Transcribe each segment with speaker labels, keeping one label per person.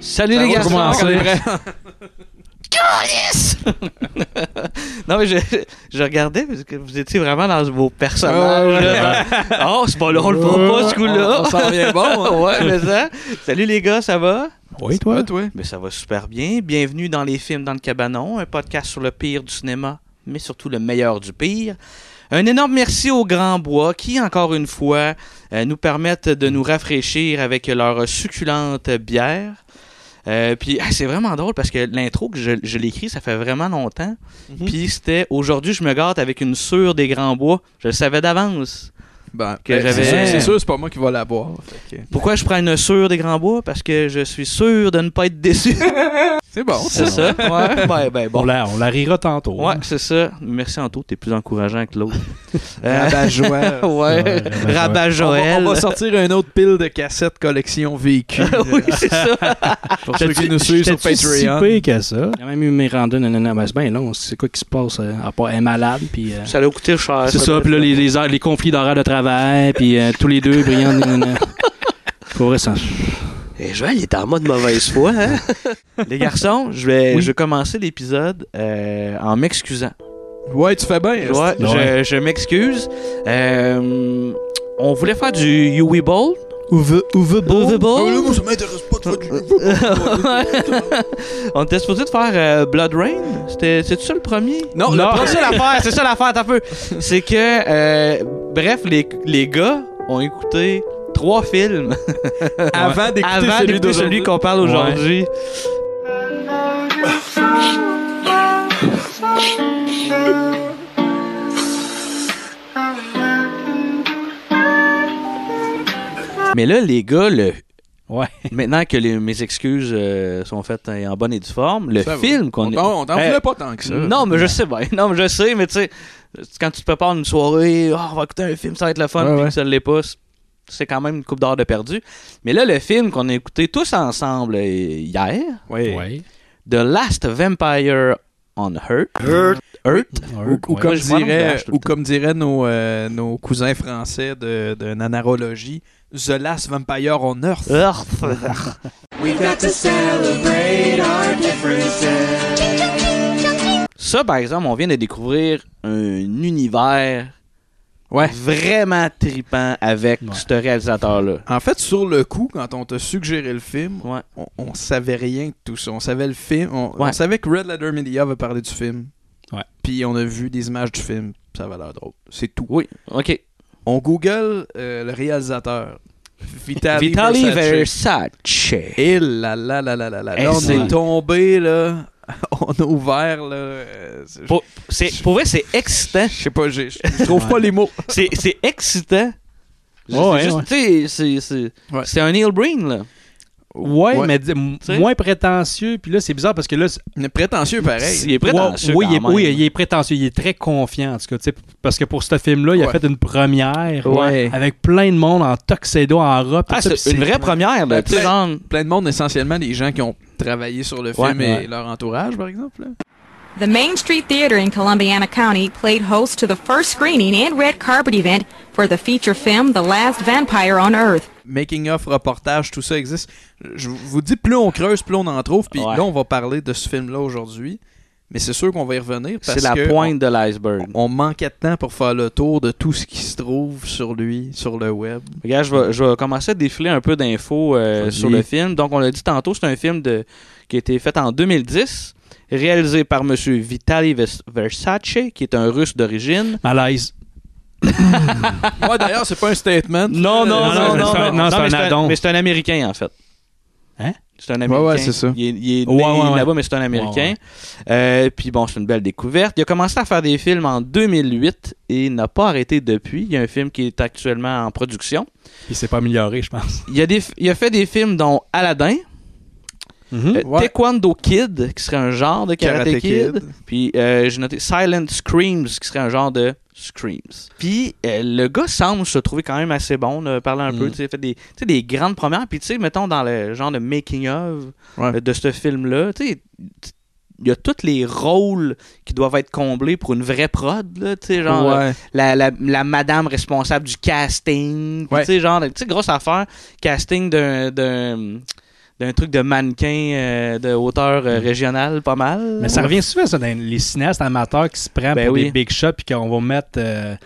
Speaker 1: Salut
Speaker 2: Ça
Speaker 1: les
Speaker 2: va
Speaker 1: gars,
Speaker 2: commencer.
Speaker 1: on est prêts. Câlisse! non mais je, je regardais parce que vous étiez vraiment dans vos personnages. là. oh, c'est pas là, on le prend pas ce coup-là.
Speaker 2: On- on s'en vient bon, hein.
Speaker 1: ouais, mais ça. Salut les gars, ça va?
Speaker 3: Oui, toi?
Speaker 2: toi?
Speaker 1: Mais Ben, ça va super bien. Bienvenue dans les films dans le cabanon, un podcast sur le pire du cinéma, mais surtout le meilleur du pire. Un énorme merci aux Grands Bois qui, encore une fois, euh, nous permettent de nous rafraîchir avec leur succulente bière. Euh, puis ah, c'est vraiment drôle parce que l'intro que je, je l'écris, ça fait vraiment longtemps.
Speaker 2: Mhm.
Speaker 1: Puis c'était aujourd'hui, je me gâte avec une sûre des Grands Bois. Je le savais d'avance.
Speaker 2: Ben,
Speaker 1: Que
Speaker 2: ben,
Speaker 1: j'avais-
Speaker 2: c'est sûr- C'est sûr, c'est pas moi qui va la boire. fait que-
Speaker 1: Pourquoi je prends une sûre des Grands Bois Parce que je suis sûr de ne pas être déçu.
Speaker 2: C'est bon.
Speaker 1: c'est ça. Ouais, ben, ben, bon.
Speaker 3: On la, on la rira tantôt. hein.
Speaker 1: Ouais, c'est ça. Merci Anto, t'es plus encourageant que l'autre. Euh,
Speaker 2: Rabat joie.
Speaker 1: ouais,
Speaker 3: Ouais,
Speaker 1: Rabat Joël.
Speaker 2: On va, on va sortir une autre pile de cassettes collection véhicule.
Speaker 1: oui, c'est ça.
Speaker 2: pour ceux qui nous suivent sur
Speaker 3: J'étais-tu si
Speaker 2: Patreon.
Speaker 3: pire que ça.
Speaker 4: Il y a même eu Miranda, nanana, ben c'est bien long, c'est quoi qui se passe, euh, à part elle est malade, puis... euh,
Speaker 1: Ça l'a coûté cher.
Speaker 4: c'est ça, puis là, les, les, heures- les conflits d'horaires de travail, puis euh, tous les deux brillants, nanana. Pour vrai, ça...
Speaker 1: Eh,
Speaker 5: Et Joël, il est en mode mauvaise foi, hein?
Speaker 1: Les garçons, je vais,
Speaker 3: Oui.
Speaker 1: je vais commencer l'épisode euh, en m'excusant.
Speaker 2: Ouais, tu fais bien.
Speaker 1: Ouais,
Speaker 2: est-ce que-
Speaker 1: Je, je m'excuse. Euh, on voulait faire du Yui Bowl.
Speaker 2: Oh, Ah,
Speaker 1: Uwe Bowl.
Speaker 2: ça m'intéresse pas de faire du
Speaker 1: On était supposé de faire euh, Blood Rain. C'était- C'est-tu ça le premier?
Speaker 2: Non, le
Speaker 1: C'est ça l'affaire, c'est ça l'affaire, t'as peu. C'est que, euh, bref, les, les gars ont écouté trois films
Speaker 2: Avant d'écouter
Speaker 1: avant
Speaker 2: celui
Speaker 1: d'écouter
Speaker 2: d'aujourd'hui.
Speaker 1: celui qu'on parle aujourd'hui. Mais là, les gars, le-
Speaker 3: Ouais.
Speaker 1: maintenant que les- mes excuses euh, sont faites en en bonne et due forme, le
Speaker 2: Ça va.
Speaker 1: film qu'on
Speaker 2: On t'en- on t'en
Speaker 1: Eh,
Speaker 2: voulait pas tant que ça.
Speaker 1: non, mais je sais bien. Non, mais je sais, mais tu sais, quand tu te prépares une soirée, Ah, on va écouter un film, ça va être le fun,
Speaker 2: Ouais,
Speaker 1: puis
Speaker 2: ouais.
Speaker 1: que ça l'est pas, c'est- c'est quand même une coupe d'heure de perdu. Mais là, le film qu'on a écouté tous ensemble euh, hier,
Speaker 2: Ouais.
Speaker 3: Ouais.
Speaker 1: The Last Vampire on Earth, Earth
Speaker 2: Ou, ou
Speaker 3: Ouais.
Speaker 2: comme
Speaker 1: Moi, je vois dans le
Speaker 2: dirait,
Speaker 1: flash tout le
Speaker 2: ou comme diraient nos, euh, nos cousins français de, de nanarologie, The Last Vampire on Earth.
Speaker 1: Earth. Ça, par exemple, on vient de découvrir un univers
Speaker 2: Ouais.
Speaker 1: vraiment tripant avec
Speaker 3: Ouais.
Speaker 1: ce réalisateur-là.
Speaker 2: En fait, sur le coup, quand on t'a suggéré le film,
Speaker 1: Ouais.
Speaker 2: on, on savait rien de tout ça. On savait le film. On,
Speaker 1: Ouais.
Speaker 2: on savait que Red Letter Media avait parlé du film.
Speaker 3: Ouais.
Speaker 2: Puis on a vu des images du film. Ça avait l'air drôle. C'est tout.
Speaker 1: Oui, ok.
Speaker 2: On Google euh, le réalisateur. Vitali,
Speaker 1: Vitali
Speaker 2: Versace.
Speaker 1: Versace.
Speaker 2: Et là là là là là là.
Speaker 1: Eh,
Speaker 2: Là, on
Speaker 1: c'est-
Speaker 2: est tombé là. on a ouvert là. euh, c'est-
Speaker 1: Pour, c'est- pour vrai, c'est excitant.
Speaker 2: Je sais pas, j'ai- je je trouve pas les mots.
Speaker 1: C'est c'est excitant. Ju-
Speaker 3: Ouais,
Speaker 1: juste,
Speaker 3: ouais.
Speaker 1: tu sais, c'est- c'est
Speaker 2: Ouais.
Speaker 1: c'est un Neil Breen, là.
Speaker 3: Ouais,
Speaker 2: Ouais.
Speaker 3: mais dis- m-
Speaker 1: sais?
Speaker 3: moins prétentieux. Puis là, c'est bizarre parce que là, c'est-
Speaker 2: Mais Prétentieux pareil.
Speaker 1: Il est prétentieux.
Speaker 3: oui,
Speaker 1: quand
Speaker 3: il est,
Speaker 1: même.
Speaker 3: oui, il est prétentieux. Il est très confiant, en tout cas. tu sais, Parce que pour ce film-là, il a
Speaker 2: Ouais.
Speaker 3: fait une première
Speaker 2: Ouais.
Speaker 3: avec plein de monde en tuxedo, en robe. tout
Speaker 1: Ah,
Speaker 3: ça, puis
Speaker 1: c'est une vraie première, là.
Speaker 2: Ouais,
Speaker 1: Tu sais,
Speaker 2: plein-
Speaker 1: genre.
Speaker 2: Plein de monde, essentiellement des gens qui ont travaillé sur le
Speaker 1: Ouais,
Speaker 2: film
Speaker 3: ouais.
Speaker 2: et leur entourage, par exemple. là.
Speaker 6: The Main Street Theater in Columbiana County played host to the first screening and red carpet event for the feature film The Last Vampire on Earth.
Speaker 2: making of, reportage, tout ça existe. Je vous dis, plus on creuse, plus on en trouve. Puis
Speaker 1: Ouais.
Speaker 2: là, on va parler de ce film-là aujourd'hui. Mais c'est sûr qu'on va y revenir parce
Speaker 1: C'est la
Speaker 2: que
Speaker 1: pointe de l'iceberg.
Speaker 2: On, on manquait de temps pour faire le tour de tout ce qui se trouve sur lui, sur le web.
Speaker 1: Regarde, je vais, je vais commencer à défiler un peu d'infos euh,
Speaker 2: Vas-y.
Speaker 1: sur le film. Donc, on l'a dit tantôt, c'est un film de, qui a été fait en 2010, réalisé par M. Vitali Vers- Versace, qui est un russe d'origine.
Speaker 3: Malaise.
Speaker 2: Moi, d'ailleurs, c'est pas un statement.
Speaker 1: Non, non,
Speaker 3: Non, non,
Speaker 1: non, non,
Speaker 3: c'est un-
Speaker 1: non,
Speaker 3: non, c'est
Speaker 1: mais
Speaker 3: un add-on.
Speaker 1: Mais c'est un Américain, en fait.
Speaker 3: Hein?
Speaker 1: C'est un Américain.
Speaker 2: ouais, c'est ça.
Speaker 1: Il est, il est
Speaker 3: Ouais,
Speaker 1: né
Speaker 3: ouais, ouais.
Speaker 1: là-bas, mais c'est un Américain. Euh, puis bon, c'est une belle découverte. Il a commencé à faire des films en 2008 et n'a pas arrêté depuis. Il y a un film qui est actuellement en production.
Speaker 3: Il s'est pas amélioré, je pense.
Speaker 1: Il a, des, il a fait des films dont Aladdin, euh,
Speaker 2: Mmh. Ouais.
Speaker 1: Taekwondo Kid, qui serait un genre de Karate,
Speaker 2: Karate
Speaker 1: Kid.
Speaker 2: Kid.
Speaker 1: Puis euh, j'ai noté Silent Screams, qui serait un genre de Screams. Puis euh, le gars semble se trouver quand même assez bon. On a parlé un
Speaker 2: Mm.
Speaker 1: peu, tu sais, fait des, tu sais, des grandes premières. Puis tu sais, mettons dans le genre de making-of
Speaker 2: Ouais.
Speaker 1: de ce film-là, tu sais, t- il y a tous les rôles qui doivent être comblés pour une vraie prod, là, tu sais, genre euh,
Speaker 2: Ouais.
Speaker 1: la, la, la madame responsable du casting. puis
Speaker 2: Ouais.
Speaker 1: Tu sais, genre, tu sais, grosse affaire, casting d'un d'un- d'un d'un truc de mannequin euh, de hauteur
Speaker 2: Mm.
Speaker 1: euh, régionale, pas mal.
Speaker 3: Mais ça revient souvent, ça, dans les cinéastes amateurs qui se prennent
Speaker 1: Ben
Speaker 3: pour
Speaker 1: oui.
Speaker 3: des big shots puis qu'on va mettre. euh,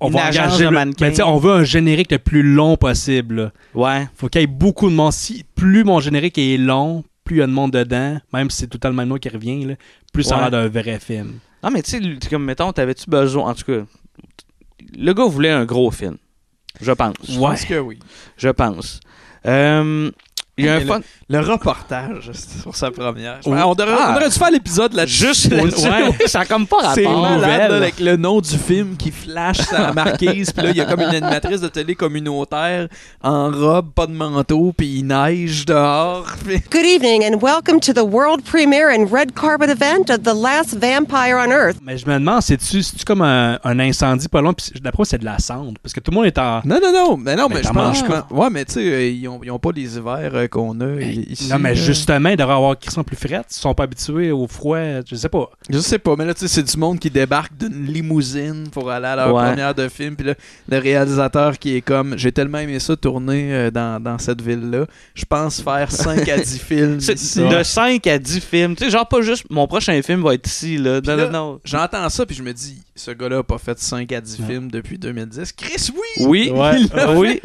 Speaker 3: on
Speaker 1: Une
Speaker 3: va
Speaker 1: agence
Speaker 3: engager
Speaker 1: de
Speaker 3: le-
Speaker 1: mannequins.
Speaker 3: mais tu sais, on veut un générique le plus long possible. là.
Speaker 1: Ouais.
Speaker 3: Faut qu'il y ait beaucoup de monde. Si, plus mon générique est long, plus il y a de monde dedans, même si c'est tout le temps le même nom qui revient, là, plus ça a
Speaker 1: Ouais.
Speaker 3: l'air d'un vrai film.
Speaker 1: Non, mais tu sais, c'est comme, mettons, t'avais-tu besoin. En tout cas, le gars voulait un gros film. Je pense.
Speaker 2: Je pense que oui.
Speaker 1: Je pense. Euh, il y a un
Speaker 2: Mais
Speaker 1: fun.
Speaker 2: Le reportage c'est sur sa première. Je
Speaker 1: Oui.
Speaker 2: pense- On, devrait,
Speaker 1: Ah.
Speaker 2: on devrait dû faire l'épisode là-dessus.
Speaker 1: Juste
Speaker 2: là
Speaker 1: Ouais, ça a comme pas
Speaker 2: C'est
Speaker 1: rapport.
Speaker 2: malade là, avec le nom du film qui flash sa marquise. Puis là, il y a comme une animatrice de télé communautaire en robe, pas de manteau, puis il neige dehors. Puis-
Speaker 7: Good evening and welcome to the world premiere and red carpet event of The Last Vampire on Earth.
Speaker 3: Mais je me demande, c'est-tu c'est-tu comme un, un incendie pas long? Puis c'est- d'après moi, c'est de la cendre. Parce que tout le monde est en.
Speaker 2: Non, non, non, mais non,
Speaker 3: Mais
Speaker 2: mais, je
Speaker 3: t'en
Speaker 2: pense.
Speaker 3: manges
Speaker 2: je pense- Ouais, mais tu sais, euh, ils, ont, ils ont pas les hivers euh, qu'on a euh, ici.
Speaker 3: non, mais
Speaker 2: là.
Speaker 3: justement, ils devraient avoir Christian plus frette. Ils sont pas habitués au froid. Je sais pas.
Speaker 2: Je sais pas, mais là, tu sais, c'est du monde qui débarque d'une limousine pour aller à leur
Speaker 1: Ouais.
Speaker 2: première de film. Puis là, le réalisateur qui est comme J'ai tellement aimé ça tourner euh, dans, dans cette ville-là. Je pense faire 5 à 10 films.
Speaker 1: C'est-
Speaker 2: ici.
Speaker 1: de 5 à 10 films. Tu sais, genre pas juste mon prochain film va être ici, là. Non,
Speaker 2: là-
Speaker 1: non, non.
Speaker 2: J'entends ça, puis je me dis Ce gars-là a pas fait 5 à 10 films depuis 2010. Chris, oui
Speaker 1: Oui,
Speaker 3: Ouais.
Speaker 1: oui,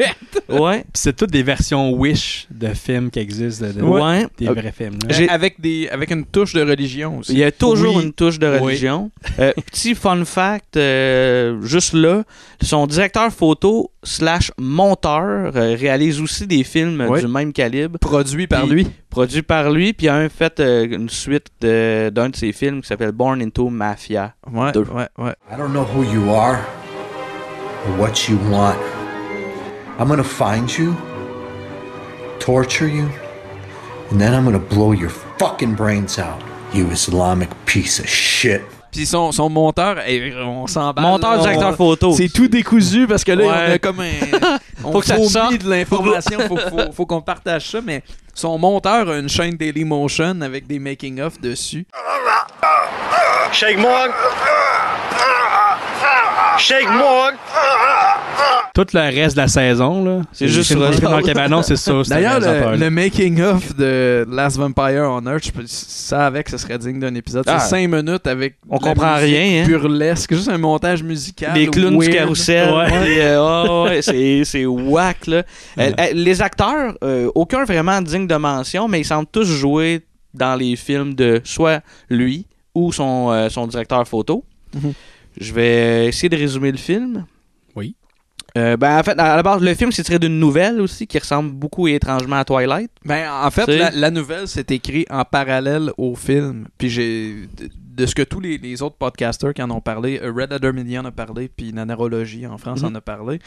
Speaker 1: ouais,
Speaker 3: Puis c'est toutes des versions Wish de films qui existent, de- de-
Speaker 1: ouais.
Speaker 3: des
Speaker 1: Euh,
Speaker 3: vrais films. là.
Speaker 1: J'ai-
Speaker 2: avec, des, avec une touche de religion
Speaker 1: Il
Speaker 2: aussi.
Speaker 1: y a toujours
Speaker 2: Oui.
Speaker 1: une touche de
Speaker 2: Oui.
Speaker 1: religion. Euh, petit fun fact, euh, juste là, son directeur photo slash monteur euh, réalise aussi des films euh,
Speaker 2: Oui.
Speaker 1: du même calibre,
Speaker 2: Produit par
Speaker 1: Puis-
Speaker 2: lui.
Speaker 1: produits par lui, puis il y a un fait euh, une suite de- d'un de ses films qui s'appelle Born into Mafia.
Speaker 2: Ouais,
Speaker 1: Deux.
Speaker 2: ouais, ouais.
Speaker 8: I don't know who you are or what you want. I'm gonna find you, torture you, and then I'm gonna blow your fucking brains out, you Islamic piece of shit.
Speaker 2: Puis son, son monteur, eh, on s'emballe.
Speaker 1: monteur,
Speaker 2: là,
Speaker 1: directeur
Speaker 2: on-
Speaker 1: photo.
Speaker 2: C'est tout décousu parce que là,
Speaker 1: Ouais.
Speaker 2: on a comme un. On
Speaker 1: Faut que ça
Speaker 2: vomit
Speaker 1: sorte.
Speaker 2: de l'information, faut, faut, faut qu'on partage ça, mais son monteur a une chaîne Dailymotion avec des making-of dessus.
Speaker 1: Ah,
Speaker 9: Shake Morg. Shake Morg.
Speaker 3: Tout le reste de la saison, là.
Speaker 1: C'est juste
Speaker 3: le
Speaker 1: sur-
Speaker 3: dans le cabanon, c'est ça. c'est
Speaker 2: D'ailleurs,
Speaker 3: un
Speaker 2: le,
Speaker 3: réalisateur, là.
Speaker 2: le making-of de Last Vampire on Earth, je peux- ça avec, ce serait digne d'un épisode.
Speaker 1: Ah.
Speaker 2: C'est 5 minutes avec.
Speaker 1: On
Speaker 2: de
Speaker 1: comprend
Speaker 2: la musique
Speaker 1: rien, hein.
Speaker 2: Burlesque, juste un montage musical.
Speaker 1: Les clowns du
Speaker 2: weird.
Speaker 1: carrousel. puis, euh, oh, ouais, c'est, c'est whack, là. Euh, euh, les acteurs, euh, aucun vraiment digne de mention, mais ils semblent tous jouer dans les films de soit lui ou son, euh, son directeur photo.
Speaker 2: Mhm.
Speaker 1: Je vais essayer de résumer le film.
Speaker 3: Oui.
Speaker 1: Euh, ben, en fait, à la base, le film, c'est tiré d'une nouvelle aussi qui ressemble beaucoup et étrangement à Twilight.
Speaker 2: Ben, en fait,
Speaker 1: C'est-
Speaker 2: la, la nouvelle s'est écrite en parallèle au film. Puis j'ai. De, de ce que tous les, les autres podcasters qui en ont parlé, euh, Red Letter Media en a parlé, puis Nanarologie en France
Speaker 3: Mm-hmm.
Speaker 1: Mhm.
Speaker 2: en a parlé.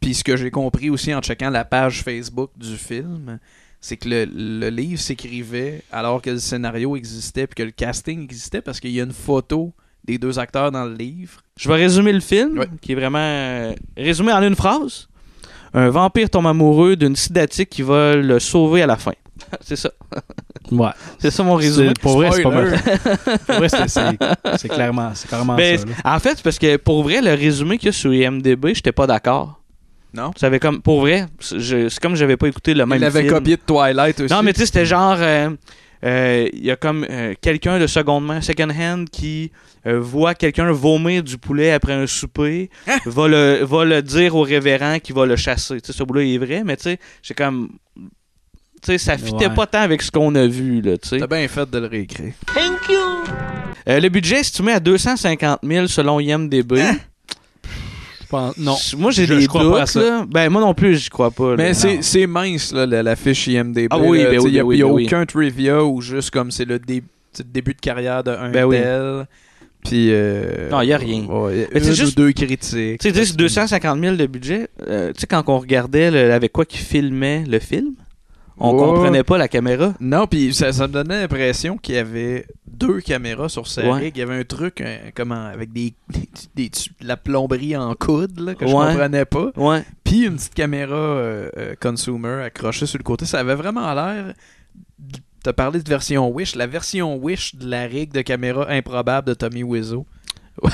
Speaker 2: Puis ce que j'ai compris aussi en checkant la page Facebook du film, c'est que le, le livre s'écrivait alors que le scénario existait, puis que le casting existait, parce qu'il y a une photo des deux acteurs dans le livre.
Speaker 1: Je vais résumer le film,
Speaker 2: Ouais.
Speaker 1: qui est vraiment euh, résumé en une phrase. Un vampire tombe amoureux d'une sidatique qui va le sauver à la fin. c'est ça.
Speaker 3: Ouais.
Speaker 1: C'est ça mon résumé.
Speaker 3: C'est- Pour vrai, c'est pas
Speaker 2: Spoiler.
Speaker 3: mal. Pour vrai, c'est- c'est c'est clairement, c'est clairement
Speaker 1: Ben,
Speaker 3: ça. là.
Speaker 1: en fait, c'est parce que pour vrai, le résumé qu'il y a sur IMDB, j'étais pas d'accord.
Speaker 2: Non?
Speaker 1: Ça avait comme pour vrai, c'est je- c'est comme j'avais pas écouté le même
Speaker 2: Il avait
Speaker 1: film.
Speaker 2: copié de Twilight aussi.
Speaker 1: Non, mais tu sais, c'était genre. euh, euh, Il y a comme euh, quelqu'un de seconde main, second hand, qui euh, voit quelqu'un vomir du poulet après un souper,
Speaker 3: Hein?
Speaker 1: va, le, va le dire au révérend qui va le chasser. Tu sais, ce bout-là il est vrai, mais tu sais, c'est comme. Tu sais, ça fitait
Speaker 3: Ouais.
Speaker 1: pas tant avec ce qu'on a vu, là, tu sais.
Speaker 2: T'as bien fait de le réécrire.
Speaker 1: Euh, le budget est estimé à 250 000 selon IMDB.
Speaker 3: Je pense- Hein? Non.
Speaker 1: Moi, j'ai
Speaker 3: Je-
Speaker 1: des
Speaker 3: je crois pas à
Speaker 1: doutes,
Speaker 3: ça.
Speaker 1: là. Ben, moi non plus, j'y crois pas. là.
Speaker 2: Mais c'est
Speaker 1: Non.
Speaker 2: c'est mince, là, la, la fiche IMDB.
Speaker 1: Ah oui, ben
Speaker 2: il
Speaker 1: oui,
Speaker 2: n'y a,
Speaker 1: ben oui,
Speaker 2: y a
Speaker 1: ben oui.
Speaker 2: aucun trivia ou juste comme c'est le, dé- c'est le début de carrière d'un
Speaker 1: Ben oui.
Speaker 2: tel. Puis. euh,
Speaker 1: Non, y a rien.
Speaker 2: ouais,
Speaker 1: Mais c'est
Speaker 2: une
Speaker 1: juste-
Speaker 2: ou deux critiques.
Speaker 1: Tu sais, c'est 250 000 de budget. euh, tu sais, quand on regardait le- avec quoi qu'ils filmaient le film, on
Speaker 2: Ouais.
Speaker 1: comprenait pas la caméra.
Speaker 2: Non, puis ça, ça me donnait l'impression qu'il y avait deux caméras sur sa
Speaker 1: Ouais.
Speaker 2: rig. Il y avait un truc un- comment, avec des, des, des- de la plomberie en coude là, que je
Speaker 1: Ouais.
Speaker 2: comprenais pas.
Speaker 1: Ouais.
Speaker 2: Puis une petite caméra euh, euh, consumer accrochée sur le côté. Ça avait vraiment l'air. T'as parlé de version Wish. La version Wish de la rig de caméra improbable de Tommy Wiseau.
Speaker 1: Ouais,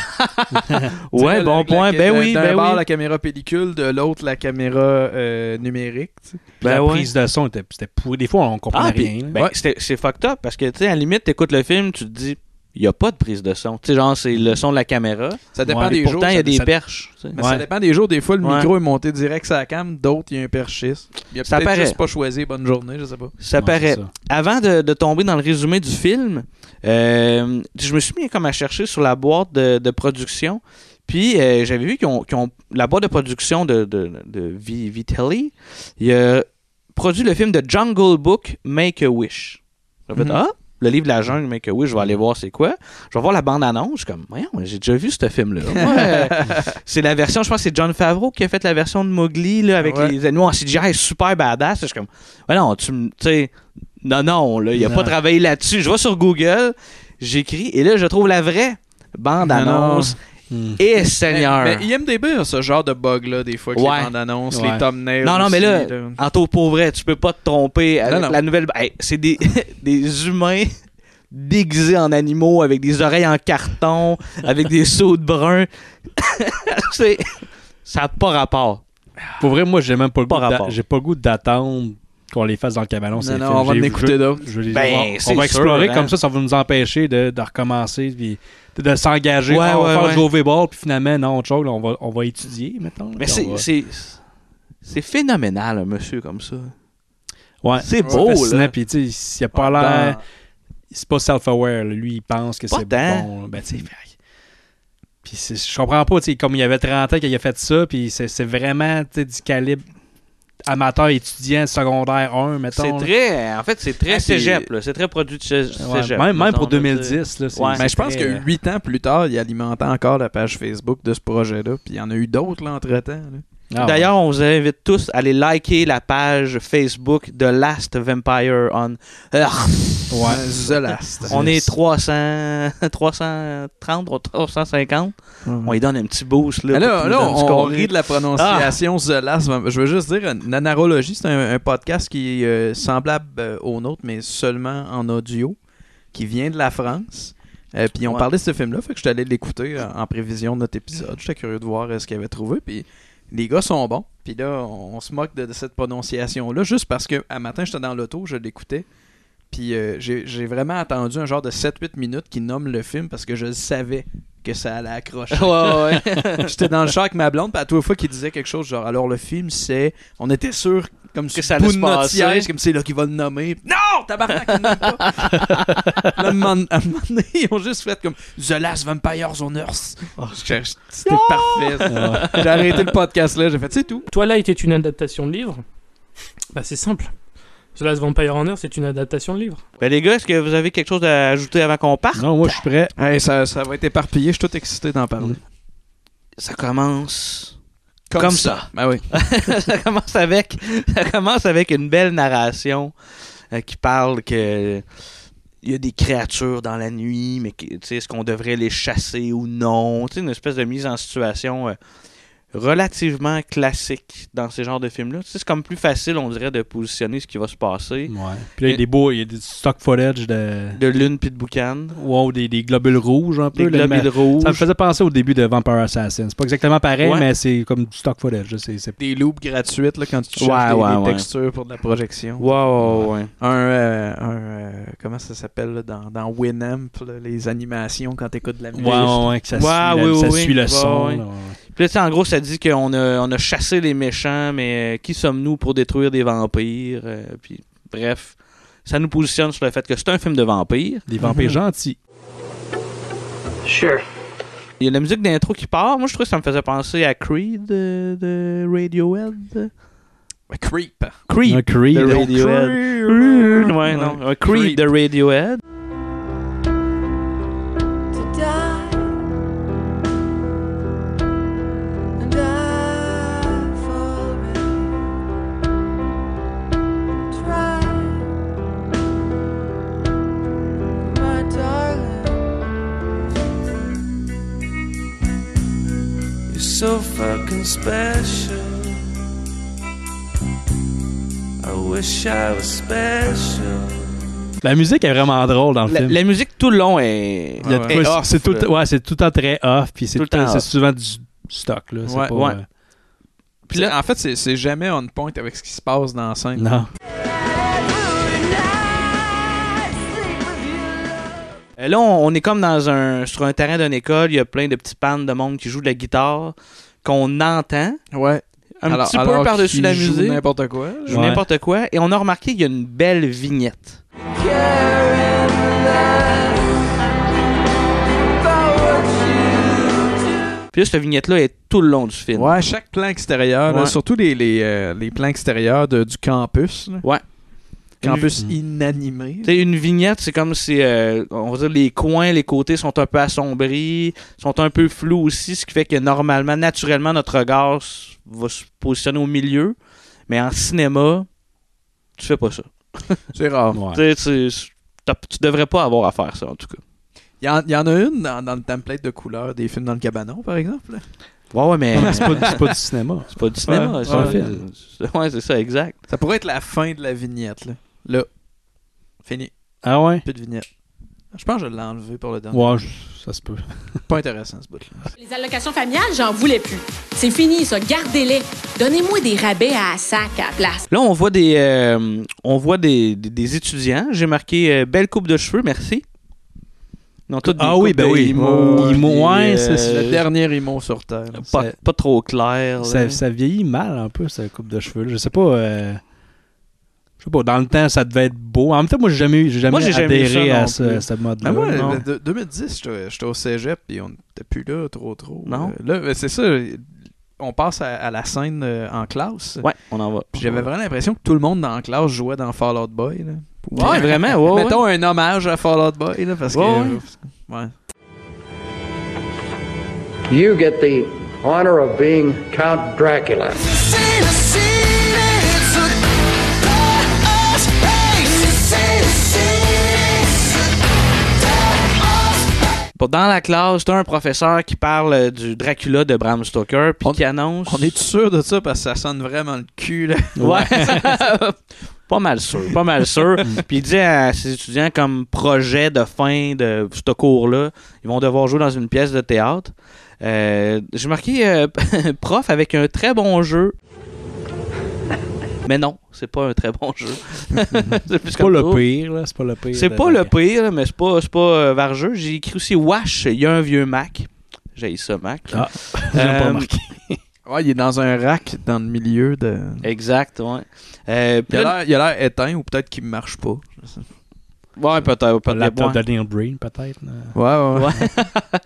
Speaker 2: Tu sais,
Speaker 1: bon
Speaker 2: avec la-
Speaker 1: point. ben
Speaker 2: d'un-
Speaker 1: oui,
Speaker 2: d'un
Speaker 1: ben
Speaker 2: bord,
Speaker 1: oui.
Speaker 2: la caméra pellicule, de l'autre, la caméra euh, numérique. tu sais.
Speaker 3: Puis la
Speaker 1: Ben ouais.
Speaker 3: prise de son était, c'était pourri. Des fois, on comprenait
Speaker 1: Ah, puis-
Speaker 3: rien. là.
Speaker 1: ben, c'était- c'est fucked up parce que, tu sais, à la limite, t'écoutes le film, tu te dis, il n'y a pas de prise de son. Tu sais, genre, c'est le son de la caméra.
Speaker 2: Ça dépend
Speaker 3: Ouais,
Speaker 2: des
Speaker 1: Et pourtant,
Speaker 2: jours.
Speaker 1: il y a
Speaker 2: ça-
Speaker 1: des
Speaker 2: ça-
Speaker 1: perches. tu sais.
Speaker 2: Mais ça
Speaker 3: Ouais.
Speaker 2: dépend des jours. Des fois, le
Speaker 1: Ouais.
Speaker 2: micro est monté direct sur la cam. D'autres, il y a un perchiste. Il y a
Speaker 1: Ça
Speaker 2: peut-être
Speaker 1: paraît.
Speaker 2: juste pas choisi. Bonne journée, je sais pas.
Speaker 1: Ça
Speaker 3: Ouais,
Speaker 1: paraît.
Speaker 3: c'est ça.
Speaker 1: Avant de, de tomber dans le résumé du film, euh, je me suis mis comme à chercher sur la boîte de, de production. Puis euh, j'avais vu qu'ils ont, qu'ils ont- la boîte de production de, de, de Vi- Vitelli, il a produit le film de Jungle Book Make a Wish. J'ai fait,
Speaker 2: Mhm.
Speaker 1: ah, le livre de la jungle Make a Wish, je vais aller voir c'est quoi. Je vais voir la bande-annonce, je suis comme, voyons, j'ai déjà vu ce film-là. Ouais. c'est la version, je pense que c'est John Favreau qui a fait la version de Mowgli là, avec
Speaker 2: Ouais.
Speaker 1: les animaux en CGI super badass. Je suis comme, ouais, Ben non, tu me- tu sais, non, non, là, il a
Speaker 3: Non.
Speaker 1: pas travaillé là-dessus. Je vais sur Google, j'écris, et là, je trouve la vraie bande-annonce.
Speaker 3: Hmm.
Speaker 1: Et Seigneur!
Speaker 2: Mais, mais IMDB a ce genre de bug-là, des fois, avec
Speaker 1: Ouais.
Speaker 2: les bandes annonces,
Speaker 3: Ouais.
Speaker 2: les thumbnails.
Speaker 1: Non, non, mais
Speaker 2: aussi,
Speaker 1: là, en taux pour vrai, tu peux pas te tromper avec
Speaker 2: Non, non.
Speaker 1: la nouvelle. Hey, c'est des, des humains déguisés en animaux avec des oreilles en carton, avec des sauts de brun. C'est- ça n'a pas rapport.
Speaker 3: Pour vrai, moi, j'ai même pas le
Speaker 1: Pas
Speaker 3: goût d'a-
Speaker 1: rapport.
Speaker 3: j'ai pas le goût d'attendre qu'on les fasse dans le cabanon. ces
Speaker 2: Non, non,
Speaker 3: films.
Speaker 2: on va
Speaker 3: J'ai-
Speaker 2: en
Speaker 3: je-
Speaker 2: écouter d'autres.
Speaker 3: je veux dire,
Speaker 1: Ben,
Speaker 3: on,
Speaker 1: c'est
Speaker 3: on va
Speaker 1: sûr,
Speaker 3: explorer
Speaker 1: hein.
Speaker 3: comme ça, ça va nous empêcher de, de recommencer, puis de, de s'engager.
Speaker 1: Ouais,
Speaker 3: on va
Speaker 1: ouais,
Speaker 3: faire
Speaker 1: ouais.
Speaker 3: du overboard, puis finalement, non, on choque, là, on va, on va étudier, mettons.
Speaker 1: Mais
Speaker 3: puis on
Speaker 1: c'est,
Speaker 3: va-
Speaker 1: c'est, c'est phénoménal, un monsieur comme ça.
Speaker 3: ouais,
Speaker 1: c'est beau,
Speaker 3: fascinant,
Speaker 1: là.
Speaker 3: Puis, tu sais, il a pas
Speaker 1: Ben,
Speaker 3: l'air. C'est pas self-aware, là. lui, il pense que
Speaker 1: Pas
Speaker 3: c'est
Speaker 1: tant.
Speaker 3: bon. là. Ben, tu sais, fait- puis c'est- je comprends pas, tu sais, comme il avait 30 ans qu'il a fait ça, puis c'est c'est vraiment, tu sais, du calibre amateur étudiant secondaire 1, mettons.
Speaker 1: C'est
Speaker 3: là.
Speaker 1: très. En fait, c'est très
Speaker 2: Ah, c'est-
Speaker 1: cégep, là. C'est très produit de cé-
Speaker 3: Ouais,
Speaker 1: cégep.
Speaker 3: même, même
Speaker 1: mettons,
Speaker 3: pour
Speaker 1: là, tu sais.
Speaker 3: 2010, là, c'est-
Speaker 1: Ouais.
Speaker 3: c'est
Speaker 2: Mais je pense
Speaker 3: très,
Speaker 2: que
Speaker 3: euh,
Speaker 2: 8 ans plus tard, il alimentait encore la page Facebook de ce projet-là. Puis il y en a eu d'autres, là, entre-temps. là.
Speaker 3: ah, ouais.
Speaker 1: D'ailleurs, on vous invite tous à aller liker la page Facebook de Last Vampire on Earth.
Speaker 3: Ouais.
Speaker 2: The Last.
Speaker 1: On est 300, 330, 350. On lui donne un petit boost. Là,
Speaker 2: Mais
Speaker 1: pour
Speaker 2: là,
Speaker 1: qu'il
Speaker 2: là,
Speaker 1: nous donne du
Speaker 2: on, on
Speaker 1: contenu. Ah!
Speaker 2: rit de la prononciation The Last. Je veux juste dire, Nanarologie, c'est un, un podcast qui est euh, semblable euh, au nôtre, mais seulement en audio, qui vient de la France. Euh, puis on
Speaker 1: Ouais.
Speaker 2: parlait de ce film-là, fait que je suis allé l'écouter euh, en, en prévision de notre épisode. J'étais curieux de voir euh, ce qu'ils avaient trouvé. Puis les gars sont bons. Puis là, on, on se moque de, de cette prononciation-là, juste parce que à matin, j'étais dans l'auto, je l'écoutais. Puis euh, j'ai j'ai vraiment attendu un genre de 7-8 minutes qui nomme le film parce que je savais que ça allait accrocher.
Speaker 1: Ouais, ouais.
Speaker 2: J'étais dans le chat avec ma blonde, puis à toutes les fois qu'il disait quelque chose, genre, alors le film, c'est. On était sûr, comme sur
Speaker 1: ça
Speaker 2: le bout
Speaker 1: allait
Speaker 2: de
Speaker 1: se
Speaker 2: notre
Speaker 1: passer.
Speaker 2: siège, comme c'est là qu'il va le nommer. Non, tabarnak, il le nomme pas. Là, à un moment à un moment donné, ils ont juste fait comme The Last Vampires on Earth. J'ai- Oh, C'était parfait. ça. J'ai arrêté le podcast là, j'ai fait, c'est tout.
Speaker 10: Twilight est une adaptation de livre Bah c'est simple. The Last Vampire Hunter, c'est une adaptation de livre.
Speaker 1: Ben, les gars, est-ce que vous avez quelque chose à ajouter avant qu'on parte?
Speaker 3: Non, moi, je suis prêt.
Speaker 2: Hey, ça, ça va être éparpillé, je suis tout excité d'en parler.
Speaker 1: Ça commence. Comme ça.
Speaker 2: Ben oui.
Speaker 1: ça commence avec ça commence avec une belle narration euh, qui parle que il y a des créatures dans la nuit mais que- tu sais, est-ce qu'on devrait les chasser ou non Tu sais, une espèce de mise en situation euh, relativement classique dans ces genres de films là c'est comme plus facile on dirait de positionner ce qui va se passer
Speaker 3: Ouais. Puis là, il y a des beaux, il y a des stock footage de.
Speaker 1: de lune puis de boucan
Speaker 3: Wow, des, des globules rouges un Mm. peu.
Speaker 1: des
Speaker 3: là,
Speaker 1: globules
Speaker 3: mais-
Speaker 1: rouges
Speaker 3: Ça me faisait penser au début de Vampire Assassin. C'est pas exactement pareil,
Speaker 1: Ouais.
Speaker 3: mais c'est comme du stock footage. là, C'est, c'est-
Speaker 2: Des loops gratuites là, quand tu cherches
Speaker 1: Ouais,
Speaker 2: les-
Speaker 1: ouais,
Speaker 2: les,
Speaker 1: ouais.
Speaker 2: textures pour de la projection.
Speaker 1: Wow, ouais.
Speaker 2: un, euh, un, euh, comment ça s'appelle là, dans, dans Winamp, là, les animations quand t'écoutes de la
Speaker 3: Ouais,
Speaker 2: musique.
Speaker 3: ouais, ouais, que ça
Speaker 1: Ouais,
Speaker 3: suit, la-
Speaker 1: oui,
Speaker 3: ça
Speaker 1: oui,
Speaker 3: suit le
Speaker 1: oui.
Speaker 3: son.
Speaker 1: Ouais,
Speaker 3: là, ouais.
Speaker 1: Puis là, tu sais, en gros, ça dit qu'on a, on a chassé les méchants, mais euh, qui sommes-nous pour détruire des vampires? Euh, puis, bref, ça nous positionne sur le fait que c'est un film de vampires.
Speaker 3: Des vampires gentils.
Speaker 9: Sure.
Speaker 1: Il y a la musique d'intro qui part. Moi, je trouve que ça me faisait penser à Creed euh, de Radiohead.
Speaker 2: Ouais, Creep.
Speaker 1: Creed
Speaker 3: Un Creed.
Speaker 1: de
Speaker 3: Ouais.
Speaker 1: Radiohead.
Speaker 2: Creep.
Speaker 1: Ouais, non. Euh, Creed de Radiohead.
Speaker 9: So fucking special. I wish I was special.
Speaker 3: La musique est vraiment drôle dans le
Speaker 1: La,
Speaker 3: film.
Speaker 1: la musique tout le long est.
Speaker 3: Il y a de
Speaker 1: est
Speaker 3: quoi, c'est-
Speaker 1: off, euh.
Speaker 3: c'est tout,
Speaker 1: là.
Speaker 3: ouais, c'est tout le temps très off, puis c'est
Speaker 1: Tout le
Speaker 3: tout le temps-
Speaker 1: temps
Speaker 3: c'est
Speaker 1: off.
Speaker 3: souvent du stock là. c'est
Speaker 2: Ouais,
Speaker 3: pas,
Speaker 1: ouais.
Speaker 3: euh,
Speaker 2: Puis là, en fait, c'est- c'est jamais on point avec ce qui se passe dans la scène.
Speaker 3: non.
Speaker 1: Euh, Là, on, on est comme dans un sur un terrain d'une école. Il y a plein de petits pannes de monde qui jouent de la guitare qu'on entend
Speaker 2: Ouais.
Speaker 1: un
Speaker 2: Alors-
Speaker 1: petit peu
Speaker 2: alors
Speaker 1: par-dessus
Speaker 2: qu'il
Speaker 1: la
Speaker 2: joue
Speaker 1: musique.
Speaker 2: n'importe quoi.
Speaker 1: Je joue n'importe quoi. Et on a remarqué qu'il y a une belle vignette. Puis là, cette vignette-là est tout le long du film.
Speaker 2: Ouais, chaque plan extérieur, là,
Speaker 1: Ouais.
Speaker 2: surtout les, les, euh, les plans extérieurs de- du campus. là.
Speaker 1: Ouais.
Speaker 2: Campus
Speaker 3: Une-
Speaker 2: inanimé.
Speaker 1: Tu sais, une vignette, c'est comme si, euh, on va dire, les coins, les côtés sont un peu assombris, sont un peu flous aussi, ce qui fait que normalement, naturellement, notre regard s- va se positionner au milieu. Mais en cinéma, tu fais pas ça.
Speaker 2: C'est rare.
Speaker 3: Ouais.
Speaker 1: Tu sais, tu- t'as- tu devrais pas avoir à faire ça, en tout cas.
Speaker 2: Il y, en- il y en a une dans, dans le template de couleurs des films dans le cabanon, par exemple. là.
Speaker 1: Ouais, ouais, mais
Speaker 3: Non, mais c'est pas, c'est pas du cinéma.
Speaker 1: c'est pas du cinéma.
Speaker 3: Ouais,
Speaker 1: c'est
Speaker 3: ouais.
Speaker 1: un film. Ouais, c'est ça, exact.
Speaker 2: Ça pourrait être la fin de la vignette. Là, là. fini.
Speaker 3: Ah ouais.
Speaker 2: Plus de vignette. Je pense que je l'ai enlevé pour le dernier.
Speaker 3: Ouais, je- ça se peut.
Speaker 2: Pas intéressant, ce bout-là.
Speaker 11: Les allocations familiales, j'en voulais plus. C'est fini, ça. Gardez-les. Donnez-moi des rabais à sac à la place.
Speaker 1: Là, on voit des, euh, on voit des, des- des étudiants. J'ai marqué euh, belle coupe de cheveux, merci. Ils ont tous des
Speaker 3: Ah oui,
Speaker 1: coupes
Speaker 3: ben
Speaker 1: de
Speaker 3: oui.
Speaker 1: emo,
Speaker 3: Emo,
Speaker 1: puis,
Speaker 3: ouais,
Speaker 1: euh,
Speaker 3: c'est-
Speaker 2: C'est le dernier immo sur Terre. là.
Speaker 1: pas,
Speaker 3: Ça-
Speaker 1: pas trop clair. là.
Speaker 3: Ça, ça vieillit mal un peu, cette coupe de cheveux. là. Je sais pas. euh, Je sais pas, dans le temps, ça devait être beau. En même temps, moi, j'ai jamais, eu- j'ai jamais
Speaker 1: Moi, j'ai jamais eu
Speaker 3: adhéré
Speaker 1: ça non
Speaker 3: à ce,
Speaker 1: plus.
Speaker 3: ce mode-là.
Speaker 2: Ah, moi,
Speaker 3: non.
Speaker 2: le- de- 2010, j'étais j'étais au cégep et on n'était plus là trop trop.
Speaker 1: Non.
Speaker 2: Euh, Là, mais c'est ça. On passe à, à la scène euh, en classe.
Speaker 1: Ouais, on en va.
Speaker 2: Puis J'avais vraiment l'impression que tout le monde dans la classe jouait dans Fall Out Boy. là.
Speaker 1: Ouais, vraiment, ouais, ouais.
Speaker 2: Mettons un hommage à Fall Out Boy là, parce
Speaker 1: Ouais,
Speaker 2: que.
Speaker 1: ouais.
Speaker 2: Ouais.
Speaker 9: You get the honor of being Count Dracula.
Speaker 1: Bon, Dans la classe, t'as un professeur qui parle euh, du Dracula de Bram Stoker, puis
Speaker 2: On-
Speaker 1: qui annonce.
Speaker 2: On est sûr de ça parce que ça sonne vraiment le cul. Là.
Speaker 1: Ouais. pas mal sûr, pas mal sûr.
Speaker 3: Mm.
Speaker 1: Puis il dit à ses étudiants comme projet de fin de ce cours-là, ils vont devoir jouer dans une pièce de théâtre. Euh, J'ai marqué euh, prof avec un très bon jeu. Mais non, c'est pas un très bon jeu. c'est plus
Speaker 3: C'est pas
Speaker 1: comme
Speaker 3: le
Speaker 1: ça.
Speaker 3: pire, là. C'est pas le pire.
Speaker 1: C'est
Speaker 3: de-
Speaker 1: pas
Speaker 3: de-
Speaker 1: le pire, mais c'est pas, c'est pas euh, vargeux. J'ai écrit aussi Wash, il y a un vieux Mac. J'ai ça, Mac.
Speaker 3: Ah, j'ai pas
Speaker 1: Euh,
Speaker 3: remarqué.
Speaker 2: Ouais, il est dans un rack dans le milieu de.
Speaker 1: Exact, ouais. Euh, puis
Speaker 2: Il a
Speaker 1: là-
Speaker 2: l'air- il a l'air éteint ou peut-être qu'il marche pas.
Speaker 1: ouais, peut-être.
Speaker 3: Le
Speaker 1: peut-être,
Speaker 3: laptop
Speaker 1: ouais.
Speaker 3: de Daniel Breen, peut-être. là.
Speaker 2: Ouais, ouais. ouais.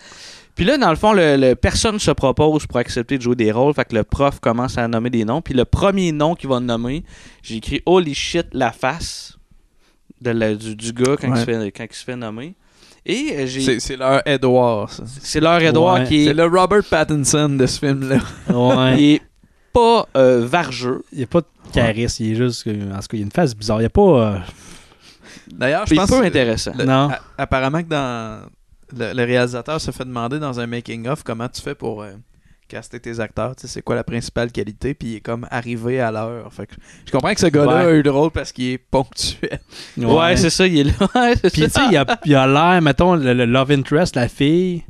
Speaker 1: Puis là, dans le fond, le, le- personne se propose pour accepter de jouer des rôles. Fait que le prof commence à nommer des noms. Puis le premier nom qu'il va nommer, j'ai écrit Holy shit, la face de la- du, du gars quand, il se fait, quand il se fait nommer. Et euh, j'ai.
Speaker 2: C'est c'est leur Edward, ça.
Speaker 1: C'est leur Edouard
Speaker 3: Ouais.
Speaker 1: qui
Speaker 2: C'est
Speaker 1: est,
Speaker 2: le Robert Pattinson de ce film-là.
Speaker 3: Ouais.
Speaker 1: qui est pas euh, vargeux.
Speaker 2: Ah,
Speaker 3: Il n'y a pas de charisme. Il est juste. que- En tout cas, il y a une face bizarre. Il n'y a pas. euh,
Speaker 2: D'ailleurs, je
Speaker 1: Puis
Speaker 2: pense
Speaker 1: peu
Speaker 2: que-
Speaker 1: intéressant.
Speaker 2: le-
Speaker 3: Non.
Speaker 2: a- apparemment que dans le, le réalisateur se fait demander dans un making of comment tu fais pour euh, caster tes acteurs, tu sais, c'est quoi la principale qualité, puis il est comme arrivé à l'heure. Fait que je comprends que ce gars-là a eu le rôle parce qu'il est ponctuel.
Speaker 1: Ouais, c'est ça, il est là. Ouais, c'est
Speaker 3: Puis, tu sais,
Speaker 1: ça.
Speaker 3: il a, il a l'air, mettons, le, le Love Interest, la fille,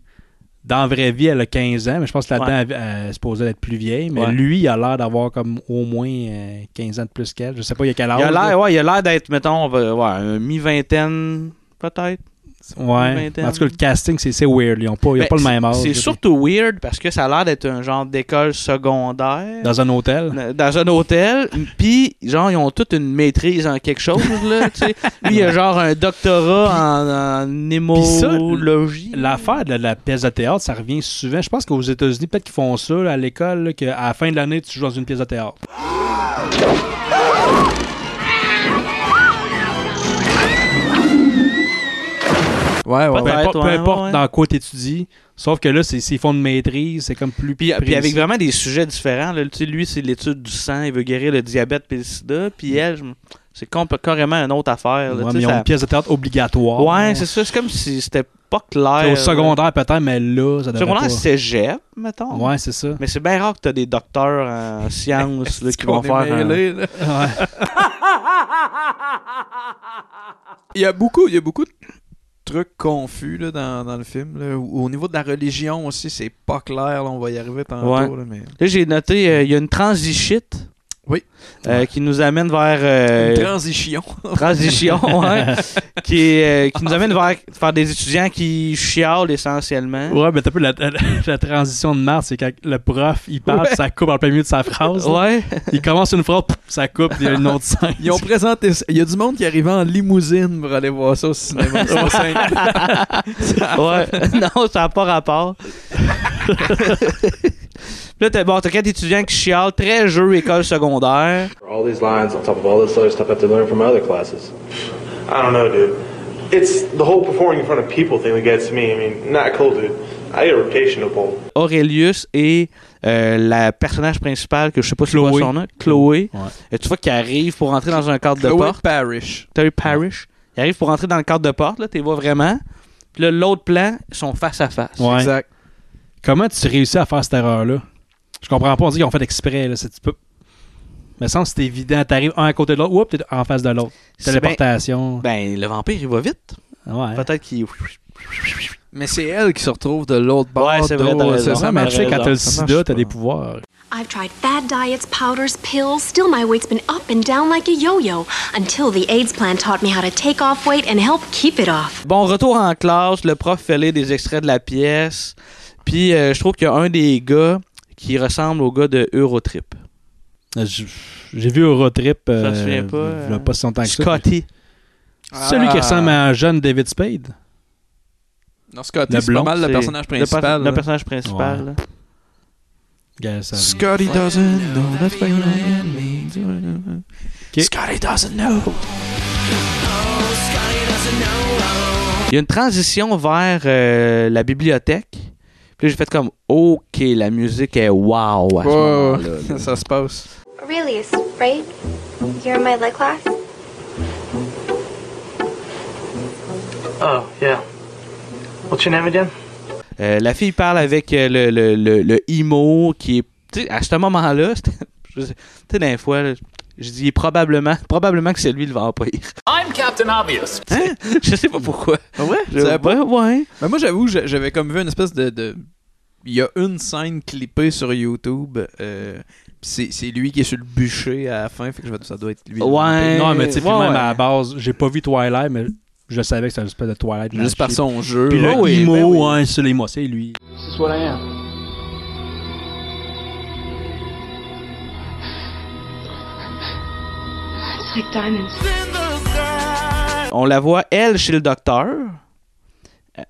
Speaker 3: dans la vraie vie, elle a 15 ans, mais je pense que là-dedans, elle, elle est supposée être plus vieille. Mais
Speaker 1: Ouais.
Speaker 3: lui, il a l'air d'avoir comme au moins euh, 15 ans de plus qu'elle. Je sais pas, il y a quel âge.
Speaker 1: Il a
Speaker 3: là.
Speaker 1: l'air, ouais, il a l'air d'être, mettons, on va- ouais, un mi-vingtaine, peut-être.
Speaker 3: Ouais.
Speaker 1: vingtaine.
Speaker 3: En tout cas, le casting, c'est c'est weird. Ils n'ont pas, ils ont
Speaker 1: Ben,
Speaker 3: pas le même âge.
Speaker 1: C'est
Speaker 3: là,
Speaker 1: surtout weird parce que ça a l'air d'être un genre d'école secondaire. euh,
Speaker 3: puis Dans un hôtel.
Speaker 1: dans un hôtel, puis genre ils ont toute une maîtrise en quelque chose là, tu sais. Lui il a genre un doctorat en, en hémologie.
Speaker 3: L'affaire de la pièce de théâtre, ça revient souvent. Je pense qu'aux États-Unis, peut-être qu'ils font ça là, à l'école, là, qu'à la fin de l'année, tu joues dans une pièce de théâtre.
Speaker 2: Ouais, ouais.
Speaker 3: Peu
Speaker 1: Peut-être,
Speaker 3: importe, peu
Speaker 1: ouais,
Speaker 3: importe
Speaker 1: ouais.
Speaker 3: dans quoi tu étudies, sauf que là, c'est- s'ils font une maîtrise, c'est comme plus.
Speaker 1: Puis, puis
Speaker 3: précis.
Speaker 1: avec vraiment des sujets différents. Là, Tu sais, lui, c'est l'étude du sang, il veut guérir le diabète puis le sida. Puis elle, je- c'est comp- carrément une autre affaire. là,
Speaker 3: Mm. Ouais,
Speaker 1: tu
Speaker 3: mais
Speaker 1: sais,
Speaker 3: ils ont
Speaker 1: ça-
Speaker 3: une pièce de théâtre obligatoire.
Speaker 1: ouais, c'est ça. C'est comme si c'était pas
Speaker 3: C'est
Speaker 1: clair.
Speaker 3: Au secondaire, peut-être, mais là, ça
Speaker 1: Au
Speaker 3: devrait
Speaker 1: secondaire,
Speaker 3: pas.
Speaker 1: c'est cégep, mettons.
Speaker 3: Ouais, c'est ça.
Speaker 1: Mais c'est bien rare que t'as des docteurs en sciences là, qui
Speaker 2: On
Speaker 1: vont
Speaker 2: est
Speaker 1: faire. un-
Speaker 2: mêlés, là. Il y a beaucoup, il y a beaucoup de trucs confus là, dans, dans le film. là. Au, au niveau de la religion aussi, c'est pas clair. là. on va y arriver tantôt.
Speaker 1: Ouais.
Speaker 2: là, mais...
Speaker 1: Là, j'ai noté, euh, il y a une transichite.
Speaker 2: Oui.
Speaker 1: Euh, qui nous amène vers. euh,
Speaker 2: Une transition.
Speaker 1: transition, ouais. qui, est, euh, qui nous amène vers, vers des étudiants qui chialent essentiellement.
Speaker 3: Ouais, mais t'as un peu la, la- la transition de Mars, c'est quand le prof, il parle,
Speaker 1: Ouais.
Speaker 3: puis ça coupe en plein milieu de sa phrase. là.
Speaker 1: Ouais.
Speaker 3: Il commence une phrase, pff, ça coupe, il y a une autre scène.
Speaker 2: Ils ont présenté ça. Il y a du monde qui arrivait en limousine pour aller voir ça au cinéma. C'est pas simple.
Speaker 1: ouais. Non, ça n'a pas rapport. Puis Là, t'as bon, t'as quatre étudiants qui chialent, très jeu école secondaire.
Speaker 12: All these lines on top of all this other stuff I have to learn from other classes. I don't know, dude. It's the whole performing in front of people thing that gets me. I mean, not cool, dude. I get rotational pole.
Speaker 1: Aurelius et euh, la personnage principale, que je sais pas si
Speaker 3: Chloé.
Speaker 1: c'est son nom, Chloé. Et tu vois qu'il arrive pour entrer dans un cadre de
Speaker 2: Chloé
Speaker 1: porte.
Speaker 2: Parrish.
Speaker 1: Terry Parrish. Il arrive pour entrer dans le cadre de porte, là, t'es vois vraiment. Puis là, l'autre plan, ils sont face à face.
Speaker 3: Ouais.
Speaker 2: Exact.
Speaker 3: Comment tu réussis à faire cette erreur-là? Je comprends pas, on dit qu'ils ont fait exprès, là, c'est un petit peu... Mais ça, c'est évident, t'arrives un à côté de l'autre, oups, t'es en face de l'autre.
Speaker 1: C'est
Speaker 3: Téléportation.
Speaker 1: Ben, le vampire, hein. il va vite.
Speaker 3: Ouais.
Speaker 1: Peut-être qu'il.
Speaker 2: Mais c'est elle qui se retrouve de l'autre bord.
Speaker 1: Ouais, c'est vrai,
Speaker 2: d'eau. euh,
Speaker 1: t'as raison.
Speaker 2: C'est
Speaker 1: Ouais,
Speaker 2: ça,
Speaker 1: mais
Speaker 2: mais
Speaker 1: tu sais,
Speaker 3: Quand t'as le
Speaker 2: Ça marche
Speaker 3: sida, t'as
Speaker 2: pas.
Speaker 3: des pouvoirs.
Speaker 13: I've tried fad diets, powders, pills. Still, my weight's been up and down like a yo yo until the AIDS plan taught me how to take off weight and help keep it off.
Speaker 1: Bon, retour en classe, le prof fait lire des extraits de la pièce. Puis euh, je trouve qu'il y a un des gars qui ressemble au gars de Eurotrip.
Speaker 3: Euh, j- J'ai vu Eurotrip.
Speaker 1: te
Speaker 3: euh,
Speaker 1: souviens pas,
Speaker 3: il y a
Speaker 1: euh,
Speaker 3: pas si longtemps que ça.
Speaker 1: Scotty.
Speaker 3: C'est Celui
Speaker 2: Ah.
Speaker 3: qui ressemble à un jeune David Spade.
Speaker 2: Non, Scotty,
Speaker 3: Le
Speaker 2: c'est pas
Speaker 3: blond,
Speaker 2: mal le
Speaker 3: c'est-
Speaker 2: personnage
Speaker 1: Le, per-
Speaker 2: principal.
Speaker 1: le
Speaker 2: là.
Speaker 1: personnage principal. là.
Speaker 3: Gars, ça-
Speaker 2: Scotty doesn't know the feeling.
Speaker 3: Ok.
Speaker 2: Scotty doesn't know.
Speaker 1: Il y a une transition vers euh, la bibliothèque. Puis là, j'ai fait comme OK, la musique est wow à ce
Speaker 2: Oh,
Speaker 1: moment-là.
Speaker 2: ça se passe.
Speaker 14: Aurelius, right? You're in my lit class?
Speaker 9: Oh, yeah. What's your name again?
Speaker 1: Euh, la fille parle avec euh, le, le, le, le emo qui est. tu sais, à ce moment-là, c'était- je sais- tu sais, des fois, là, je dis probablement, probablement que c'est lui le vampire. Hein?
Speaker 15: I'm Captain Obvious.
Speaker 1: je sais pas pourquoi.
Speaker 2: Ah ouais?
Speaker 1: Je-
Speaker 2: Tu savais pas?
Speaker 1: ouais, ouais.
Speaker 2: Ben moi, j'avoue, j'a- j'avais comme vu une espèce de. de- Il y a une scène clippée sur YouTube. euh, pis c'est c'est lui qui est sur le bûcher à la fin. Fait que je vais dire, ça doit être lui.
Speaker 1: Ouais.
Speaker 3: Non, mais tu sais, puis
Speaker 1: Ouais,
Speaker 3: même
Speaker 1: ouais.
Speaker 3: à la base, j'ai pas vu Twilight, mais je savais que c'était un espèce de Twilight.
Speaker 2: Juste par son jeu.
Speaker 3: Puis le
Speaker 2: Ouais, oui,
Speaker 3: emo,
Speaker 2: ben
Speaker 3: hein, c'est les mots, c'est lui.
Speaker 9: This is what I am.
Speaker 13: It's like diamonds.
Speaker 1: On la voit, elle, chez le docteur. Euh,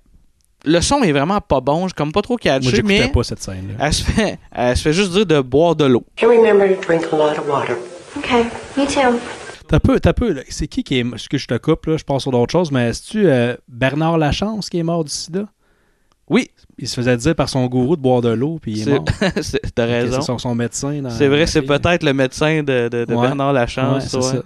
Speaker 1: Le son est vraiment pas bon, je comme pas trop
Speaker 3: Moi,
Speaker 1: catché,
Speaker 3: j'écoutais
Speaker 1: mais
Speaker 3: pas cette scène-là.
Speaker 1: elle se, fait, elle se fait juste dire de boire de l'eau.
Speaker 14: You remember to drink a lot of water. Okay, me too.
Speaker 3: T'as peu, t'as peu. là. C'est qui qui est. Est-ce que je te coupe, là, je pense sur d'autres choses, mais est-ce tu Bernard Lachance qui est mort du sida?
Speaker 1: Oui.
Speaker 3: Il se faisait dire par son gourou de boire de l'eau, puis il est
Speaker 1: C'est-
Speaker 3: mort.
Speaker 1: c'est- T'as
Speaker 3: Ok, c'est
Speaker 1: raison.
Speaker 3: son, son médecin. dans-
Speaker 1: C'est vrai, c'est peut-être le médecin de, de- de
Speaker 3: Ouais.
Speaker 1: Bernard
Speaker 3: Ouais,
Speaker 1: Lachance.
Speaker 3: c'est
Speaker 1: ouais.
Speaker 3: ça.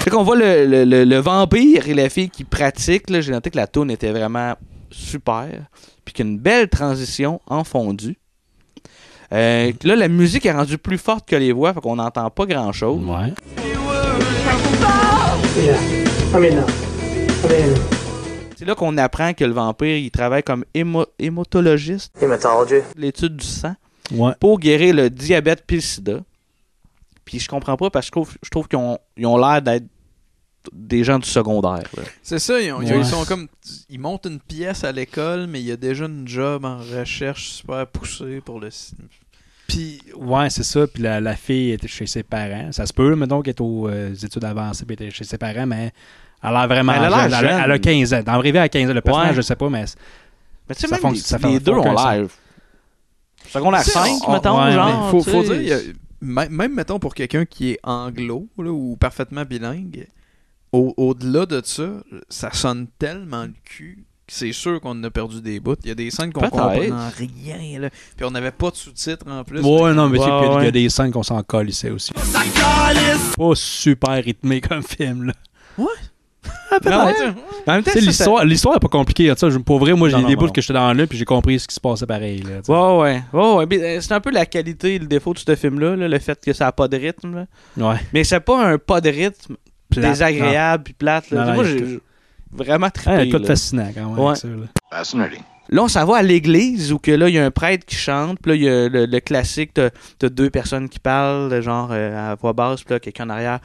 Speaker 1: Fait qu'on voit le, le- le- le vampire et la fille qui pratiquent. là. J'ai noté que la tourne était vraiment super. Puis qu'une belle transition en fondu. Euh, là, la musique est rendue plus forte que les voix, fait qu'on n'entend pas grand-chose.
Speaker 3: Ouais.
Speaker 9: Yeah. I mean, uh, I mean,
Speaker 1: C'est là qu'on apprend que le vampire, il travaille comme hémo- hématologiste.
Speaker 9: Hematology.
Speaker 1: L'étude du sang.
Speaker 3: Ouais.
Speaker 1: Pour guérir le diabète puis le sida. Puis je comprends pas parce que je trouve, je trouve qu'ils ont, ils ont l'air d'être des gens du secondaire. là.
Speaker 2: C'est ça, ils, ont- ils
Speaker 1: Ouais.
Speaker 2: sont comme. Ils montent une pièce à l'école, mais il y a déjà une job en recherche super poussée pour le.
Speaker 3: Puis, ouais, c'est ça. Puis la, la fille était chez ses parents. Ça se peut, mettons, qu'elle est aux euh, études avancées, puis elle était chez ses parents, mais elle a l'air vraiment.
Speaker 1: Elle a l'air
Speaker 3: jeune. Elle, a-
Speaker 1: jeune.
Speaker 3: elle a 15 ans. D'en arriver à 15 ans, le personnage,
Speaker 1: Ouais.
Speaker 3: je sais pas, mais.
Speaker 1: Mais tu sais,
Speaker 3: ça
Speaker 1: même
Speaker 3: fonc-
Speaker 1: les,
Speaker 3: ça fait-
Speaker 1: les deux
Speaker 3: fonc-
Speaker 1: ont
Speaker 3: ça-
Speaker 1: l'air. Secondaire
Speaker 2: Tu sais,
Speaker 1: 5,
Speaker 2: on-
Speaker 1: mettons,
Speaker 2: ouais,
Speaker 1: genre.
Speaker 2: mais Faut,
Speaker 1: tu
Speaker 2: faut
Speaker 1: sais.
Speaker 2: dire, il y a- même, même, mettons, pour quelqu'un qui est anglo là, ou parfaitement bilingue, au- au-delà de ça, ça sonne tellement le cul que c'est sûr qu'on en a perdu des bouts. Il y a des scènes qu'on
Speaker 1: Peut-être.
Speaker 2: comprend rien. Là. Puis on n'avait pas de sous-titres en plus.
Speaker 3: Ouais, non, mais tu sais,
Speaker 1: Ouais,
Speaker 3: puis il y a- il y
Speaker 1: ouais.
Speaker 3: a des scènes qu'on s'en colissait aussi. Pas super rythmé comme film, là.
Speaker 2: Ouais.
Speaker 3: Non,
Speaker 1: peut-être.
Speaker 3: ouais.
Speaker 1: En même temps,
Speaker 3: Tu sais,
Speaker 1: ça,
Speaker 3: l'histoire,
Speaker 1: ça-
Speaker 3: l'histoire est pas compliquée. Ça. Je- Pour vrai, moi, j'ai
Speaker 1: Non, non,
Speaker 3: des
Speaker 1: non.
Speaker 3: bouts que j'étais dans le puis j'ai compris ce qui se passait pareil. Là, tu sais.
Speaker 1: Ouais, ouais. Ouais, ouais. Mais, euh, C'est un peu la qualité et le défaut de ce film-là, là, le fait que ça n'a pas de rythme. là.
Speaker 3: Ouais.
Speaker 1: Mais c'est pas un pas de rythme
Speaker 3: Plate,
Speaker 1: désagréable puis plate. là.
Speaker 3: Non, non,
Speaker 1: Moi,
Speaker 3: il-
Speaker 1: j'ai j'ai vraiment trippé.
Speaker 3: Ouais, tout
Speaker 1: là.
Speaker 3: fascinant quand même.
Speaker 1: Ouais.
Speaker 3: ça, là.
Speaker 1: Là, on s'en va à l'église où que là, il y a un prêtre qui chante, puis là, il y a le, le classique, t'as t'as deux personnes qui parlent, genre euh, à voix basse, puis là, quelqu'un en arrière,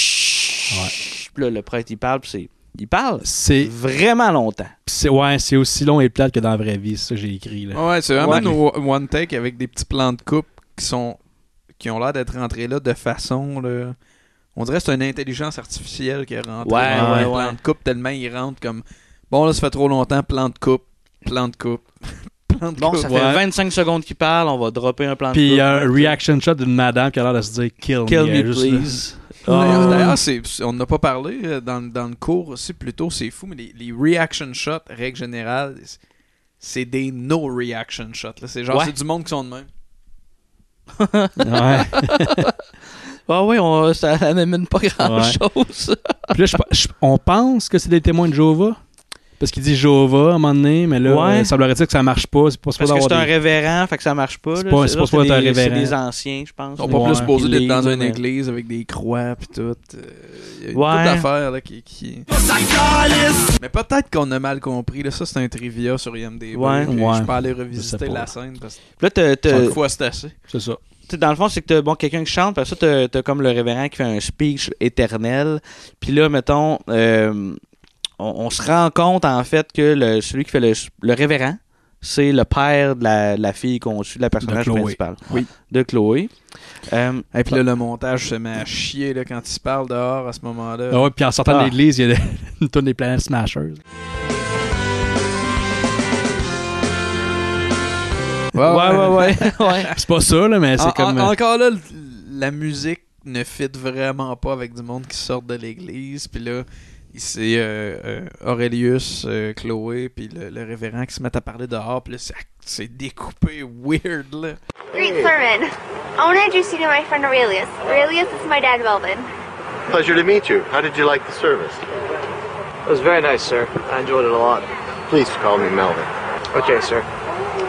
Speaker 1: Chut puis là, le prêtre, il parle, puis c'est... Il parle
Speaker 3: C'est
Speaker 1: vraiment longtemps.
Speaker 3: C'est ouais, c'est aussi long et plate que dans la vraie vie, c'est ça que j'ai écrit là.
Speaker 2: Ouais, c'est vraiment
Speaker 3: Ouais.
Speaker 2: nos one take avec des petits plans de coupe qui sont qui ont l'air d'être rentrés là de façon là, on dirait que c'est une intelligence artificielle qui est rentrée
Speaker 1: Ouais,
Speaker 2: dans
Speaker 1: ouais,
Speaker 2: les
Speaker 1: ouais.
Speaker 2: plans de coupe tellement ils rentrent comme bon là ça fait trop longtemps plan de coupe, plan de coupe, plan de
Speaker 1: Bon,
Speaker 2: coupe.
Speaker 1: ça fait
Speaker 2: Ouais.
Speaker 1: 25 secondes qu'il parle, on va dropper un plan de
Speaker 3: Puis euh, il
Speaker 1: coupe.
Speaker 3: y a un reaction shot d'une madame qui a l'air de se dire kill,
Speaker 1: Kill me,
Speaker 3: elle est juste là.
Speaker 1: please.
Speaker 2: D'ailleurs,
Speaker 3: Ah.
Speaker 2: D'ailleurs, c'est- c'est- on n'a pas parlé euh, dans, dans le cours aussi plus tôt, c'est fou, mais les, les reaction shots, règle générale, c'est- c'est des no reaction shots. là. C'est genre,
Speaker 1: Ouais.
Speaker 2: c'est du monde qui sont de même.
Speaker 3: Ouais.
Speaker 1: Ah oui, on- ça n'amène pas grand-chose.
Speaker 3: Puis là, je pe- je- on pense que c'est des témoins de Jéhovah. Parce qu'il dit Jéhovah à un moment donné, mais là,
Speaker 1: Ouais.
Speaker 3: euh, ça leur dit que ça marche pas. C'est pas
Speaker 1: Parce
Speaker 3: supposé
Speaker 1: que c'est
Speaker 3: avoir
Speaker 1: un
Speaker 3: des-
Speaker 1: révérend, fait que ça marche pas.
Speaker 3: C'est
Speaker 1: là.
Speaker 3: pas-
Speaker 1: C'est
Speaker 3: c'est
Speaker 1: là,
Speaker 3: pas supposé
Speaker 1: c'est
Speaker 3: être un
Speaker 1: des-
Speaker 3: révérend.
Speaker 1: C'est des anciens, je pense.
Speaker 2: Ils sont pas
Speaker 3: Ouais.
Speaker 2: plus supposés
Speaker 1: Qui
Speaker 2: d'être dans
Speaker 1: lisent,
Speaker 2: une
Speaker 1: mais-
Speaker 2: église avec des croix pis tout. euh, Il y a une
Speaker 1: Ouais.
Speaker 2: toute affaire là, qui. qui- Mais peut-être qu'on a mal compris. Là. Ça, c'est un trivia sur IMDb.
Speaker 1: Ouais.
Speaker 2: puis
Speaker 1: Ouais.
Speaker 2: Je peux aller
Speaker 1: Je
Speaker 2: revisiter
Speaker 1: sais pas.
Speaker 2: la scène parce que.
Speaker 1: Là, t'as- t'as-
Speaker 2: Chaque fois, c'est assez.
Speaker 3: C'est ça.
Speaker 1: T'sais, dans le fond, c'est que t'as bon, quelqu'un qui chante, puis ça, t'as, t'as comme le révérend qui fait un speech éternel. Puis là, mettons, euh, on, on se rend compte, en fait, que le, celui qui fait le, le révérend, c'est le père de la, de la fille qu'on suit, de la personnage
Speaker 2: Chloé.
Speaker 1: principale.
Speaker 2: Oui.
Speaker 1: De Chloé. Euh,
Speaker 2: Et puis là, le montage se met à chier là, quand il se parle dehors à ce moment-là.
Speaker 3: Ah ouais, puis en sortant
Speaker 2: Ah.
Speaker 3: de l'église, il y a des- une tonne des planètes smashers.
Speaker 2: Ouais, ouais,
Speaker 1: ouais. ouais.
Speaker 3: C'est pas ça, là, mais c'est
Speaker 1: Ah,
Speaker 2: En-
Speaker 3: comme.
Speaker 2: en-
Speaker 3: euh,
Speaker 2: encore là, l- la musique ne fit vraiment pas avec du monde qui sort de l'église. Puis là, c'est euh, euh, Aurelius, euh, Chloé, puis le, le révérend qui se mettent à parler dehors. Puis là, c'est- c'est découpé weird, là.
Speaker 14: Greet Sermon. I want to introduce you to my friend Aurelius. Aurelius is my dad, Weldon.
Speaker 15: Pleasure to meet you. How did you like the service? It was very nice, sir. I enjoyed it a lot. Please call me Melvin. Okay, sir.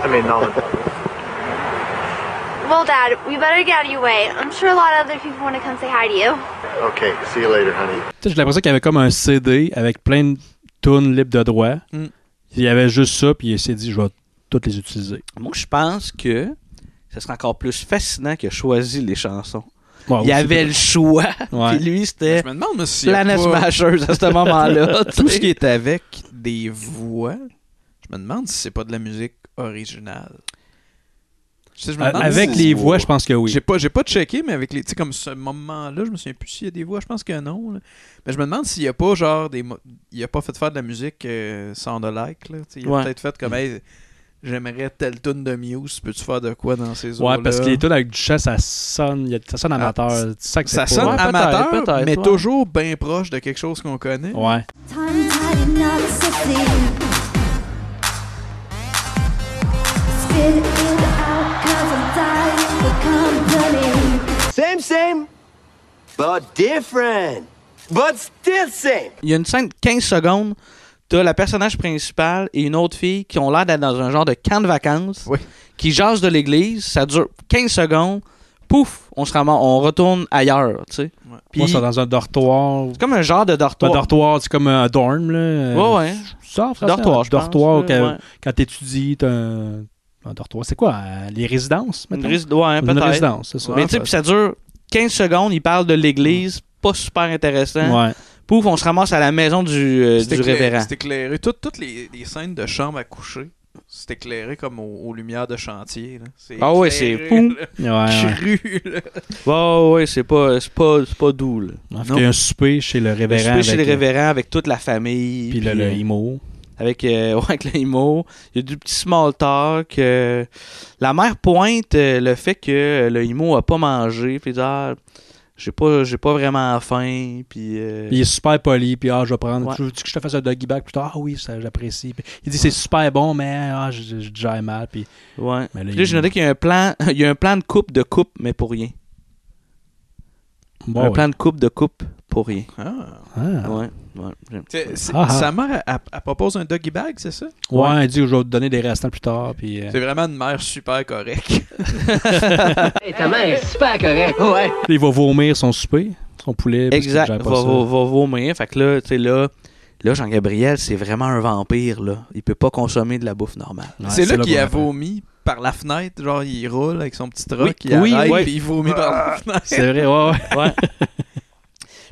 Speaker 15: I mean Melvin.
Speaker 14: Well, Dad, we better get out of your way. I'm sure a lot of other people want to come say hi to you.
Speaker 15: okay, see you later, honey.
Speaker 1: ah.
Speaker 3: Tu sais, J'ai l'impression qu'il y avait comme un CD avec plein de tunes libres de droit.
Speaker 2: Mm.
Speaker 3: Il y avait juste ça, puis il s'est dit, je vais toutes les utiliser.
Speaker 1: Moi, je pense que ce serait encore plus fascinant qu'il a choisi les chansons.
Speaker 3: Ouais,
Speaker 1: il
Speaker 2: Ah
Speaker 3: aussi,
Speaker 1: avait
Speaker 3: peut-être.
Speaker 1: le choix,
Speaker 3: Ouais.
Speaker 1: puis lui, c'était
Speaker 2: Je me demande moi, s'il y a
Speaker 1: Planet
Speaker 2: pas-
Speaker 1: Smashers à ce moment-là. tu
Speaker 2: Tout ce
Speaker 1: sais.
Speaker 2: qui est avec des voix, je me demande si c'est pas de la musique originale. Tu sais, je me
Speaker 3: Euh,
Speaker 2: demande
Speaker 3: avec
Speaker 1: Ah,
Speaker 2: si-
Speaker 3: les voix, je pense que oui.
Speaker 2: J'ai pas, j'ai pas checké, mais avec les. Tu sais, comme ce moment-là, je me souviens plus s'il y a des voix. Je pense que non. là. Mais je me demande s'il y a pas, genre, des. mo- Il a pas fait faire de la musique euh, sans de like, là. Tu sais, Il a
Speaker 3: Ouais.
Speaker 2: peut-être fait comme, hey, j'aimerais telle tune de Muse, peux-tu faire de quoi dans ces
Speaker 3: Ouais,
Speaker 2: eaux-là?
Speaker 3: parce que les tunes avec du chant, ça sonne, il y a- ça sonne amateur.
Speaker 2: Ah,
Speaker 3: tu sens que c'est
Speaker 2: ça
Speaker 3: pas-
Speaker 2: sonne amateur, mais
Speaker 3: ouais.
Speaker 2: toujours bien proche de quelque chose qu'on connaît.
Speaker 3: Ouais.
Speaker 16: Same, same, but different, but still same.
Speaker 1: Il y a une scène de 15 secondes. T'as la personnage principale et une autre fille qui ont l'air d'être dans un genre de camp de vacances. Qui jasent de l'église. Ça dure 15 secondes. Pouf! On se ramasse, on retourne ailleurs, tu sais. Puis
Speaker 3: Moi, c'est dans un dortoir.
Speaker 1: c'est comme un genre de
Speaker 3: Un
Speaker 1: dortoir.
Speaker 3: dortoir, c'est comme un dorm, là.
Speaker 1: Ouais, ouais.
Speaker 3: Ça, en français,
Speaker 1: Dortoir,
Speaker 3: un
Speaker 1: je pense,
Speaker 3: dortoir,
Speaker 1: là,
Speaker 3: quand,
Speaker 1: ouais.
Speaker 3: quand t'étudies, t'as un, un dortoir. C'est quoi, euh, les résidences,
Speaker 1: Une
Speaker 3: mettons?
Speaker 1: rés- ouais,
Speaker 3: Une
Speaker 1: peut-être.
Speaker 3: résidence, c'est ça.
Speaker 1: Mais tu sais, puis ça dure 15 secondes. Ils parlent de l'église. Pas super intéressant.
Speaker 3: Mm. Ouais.
Speaker 1: Pouf! On se ramasse à la maison du, euh,
Speaker 2: C'est
Speaker 1: du
Speaker 2: éclairé-
Speaker 1: révérend.
Speaker 2: C'est éclairé. Tout- toutes les, les scènes de chambre à coucher, c'est éclairé comme aux, aux lumières de chantier. là. C'est
Speaker 1: Ah ouais, c'est
Speaker 2: éclairé,
Speaker 1: poum.
Speaker 2: là.
Speaker 3: Ah Ouais, ouais.
Speaker 2: Cru, là.
Speaker 1: Ouais, ouais, ouais, c'est pas, c'est pas, c'est pas doux, là.
Speaker 3: Parce qu'il y a un souper chez le
Speaker 1: Le
Speaker 3: révérend.
Speaker 1: souper chez le
Speaker 3: avec, euh,
Speaker 1: révérend euh, avec toute la famille.
Speaker 3: Puis le, le IMO.
Speaker 1: Avec, euh, ouais, avec le IMO. Il y a du petit small talk. euh, la mère pointe euh, le fait que euh, le IMO a pas mangé. Puis il dit Ah, j'ai pas, j'ai pas vraiment faim. Puis. euh,
Speaker 3: Puis il est super poli, puis ah, je vais prendre.
Speaker 1: Ouais.
Speaker 3: Tu veux que je te fasse un doggy bag plus tard? Ah oui, ça, j'apprécie. Puis il dit c'est super bon, mais ah, je, je, je digère mal. Puis,
Speaker 1: ouais.
Speaker 3: Mais là,
Speaker 1: Puis là,
Speaker 3: il-
Speaker 1: j'ai noté qu'il y a un plan, il y a un plan de coupe de coupe, mais pour rien. un
Speaker 2: ouais.
Speaker 1: plan de coupe de coupe pour rien.
Speaker 2: Ah.
Speaker 1: Ouais, ouais, j'aime.
Speaker 2: C'est- c'est-
Speaker 3: Ah, ah.
Speaker 2: Sa mère, elle, elle propose un doggy bag, c'est ça?
Speaker 3: Ouais, elle dit je vais te donner des restants plus tard. Puis, euh,
Speaker 2: C'est vraiment une mère super correcte.
Speaker 17: Hey, ta mère est super correcte. Ouais.
Speaker 3: il va vomir son souper, son poulet. parce que
Speaker 1: Exact, va,
Speaker 3: j'aime pas
Speaker 1: va,
Speaker 3: ça.
Speaker 1: va vomir. Fait que là, tu sais, là, là Jean-Gabriel, c'est vraiment un vampire, là. Il peut pas consommer de la bouffe normale.
Speaker 2: c'est là qu'il a vomi par la fenêtre, genre il roule avec son petit truck,
Speaker 1: Oui,
Speaker 2: il
Speaker 1: oui,
Speaker 2: arrête,
Speaker 1: oui.
Speaker 2: puis il vomit par la
Speaker 1: Ah,
Speaker 2: fenêtre.
Speaker 1: c'est vrai, ouais, ouais.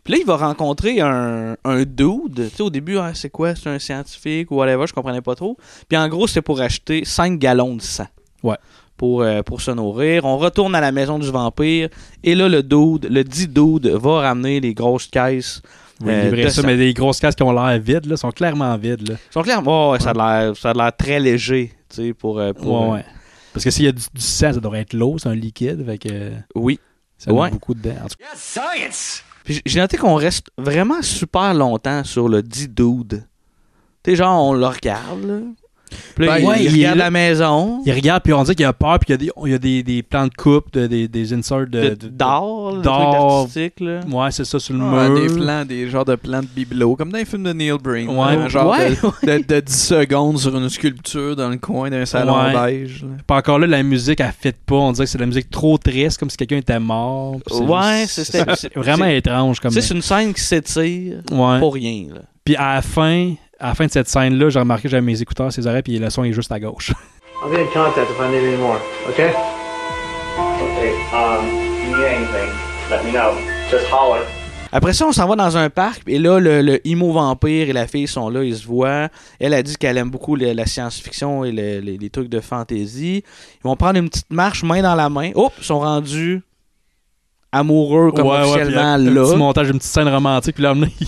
Speaker 1: Puis là, il va rencontrer un, un dude. Tu sais, au début, Ah, c'est quoi? C'est un scientifique ou whatever, je comprenais pas trop. Puis en gros, c'est pour acheter 5 gallons de sang.
Speaker 3: Ouais.
Speaker 1: Pour, euh, pour se nourrir. On retourne à la maison du vampire. Et là, le dude, le dit dude, va ramener les grosses caisses.
Speaker 3: Il va
Speaker 1: euh,
Speaker 3: livrer
Speaker 1: de
Speaker 3: ça,
Speaker 1: sang.
Speaker 3: mais des grosses casques qui ont l'air vides, là, sont clairement vides. Là.
Speaker 1: Ils sont clairs, ouais, ouais, ça a l'air- ça a l'air très léger, tu sais, pour... euh, pour,
Speaker 3: Ouais,
Speaker 1: euh,
Speaker 3: ouais. Parce que s'il y a du, du sang, ça devrait être l'eau, c'est un liquide. Fait que,
Speaker 1: oui.
Speaker 3: Ça en a
Speaker 1: Ouais.
Speaker 3: beaucoup dedans. En tout cas,
Speaker 16: Science!
Speaker 1: Puis j- j'ai noté qu'on reste vraiment super longtemps sur le dit dude. Tu sais, genre, on le regarde, là. Puis là,
Speaker 3: Ben,
Speaker 1: il,
Speaker 3: ouais,
Speaker 1: il
Speaker 3: il est
Speaker 1: regarde
Speaker 3: là.
Speaker 1: la maison.
Speaker 3: il regarde, puis on dit qu'il a peur, puis il y a des, il y a des, des plans de coupe, de- des, des inserts de.
Speaker 1: De-
Speaker 3: de-
Speaker 1: D'or, le truc
Speaker 3: d'or.
Speaker 1: artistique, là.
Speaker 3: Ouais, c'est ça, sur le
Speaker 2: Ah,
Speaker 3: mur.
Speaker 2: des plans, des genres de plans de bibelots, comme dans les films de Neil Breen.
Speaker 3: Ouais.
Speaker 2: là, un genre
Speaker 3: Ouais,
Speaker 2: de, de- de 10 secondes sur une sculpture dans le coin d'un salon
Speaker 3: Ouais.
Speaker 2: beige. là.
Speaker 3: Puis encore là, la musique, elle fit pas. On dirait que c'est de la musique trop triste, comme si quelqu'un était mort. Puis
Speaker 1: Ouais, c'est- c'est-
Speaker 3: c'est vraiment
Speaker 1: c'est-
Speaker 3: étrange.
Speaker 1: Tu
Speaker 3: comme
Speaker 1: sais, c'est une scène qui s'étire
Speaker 3: Ouais.
Speaker 1: pour rien, là.
Speaker 3: Puis à la fin, à la fin de cette scène-là, j'ai remarqué que j'avais mes écouteurs, ses oreilles, puis le son est juste à gauche.
Speaker 12: I'll be in contact if I need any more, okay? Okay, um, if you need anything, let me know. Just holler.
Speaker 1: Après ça, on s'en va dans un parc, et là, le, le Imo Vampire et la fille sont là, ils se voient. Elle a dit qu'elle aime beaucoup le- la science-fiction et le- les, les trucs de fantasy. Ils vont prendre une petite marche main dans la main. Oups, ils sont rendus amoureux comme
Speaker 3: puis
Speaker 1: officiellement
Speaker 3: un, un
Speaker 1: là.
Speaker 3: petit montage, une petite scène romantique, puis là, maintenant, ils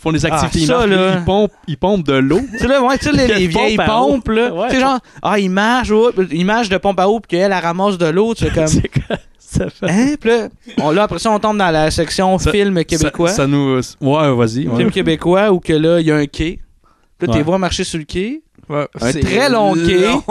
Speaker 3: font des activités
Speaker 1: Ah, ça,
Speaker 3: ils marchent,
Speaker 1: là.
Speaker 3: puis Ils, pompent, ils pompent de l'eau.
Speaker 1: Tu sais, là, ouais, tu sais, les, les
Speaker 3: Ils pompent
Speaker 1: vieilles
Speaker 3: à eau.
Speaker 1: pompes, là.
Speaker 3: Ouais.
Speaker 1: Tu sais, genre, ah, il marche, ouais, puis il marche de pompe à eau, puis qu'elle, elle ramasse de l'eau, tu sais, comme.
Speaker 3: C'est quoi ça fait?
Speaker 1: Hein, puis là, on, là, après ça, on tombe dans la section film québécois.
Speaker 3: Ça, ça nous. euh, Ouais, vas-y. ouais.
Speaker 1: Film québécois, où que là, il y a un quai. Là,
Speaker 3: Ouais.
Speaker 1: t'es vois marcher sur le quai.
Speaker 2: Ouais,
Speaker 1: un
Speaker 2: c'est
Speaker 1: très long quai.
Speaker 2: long.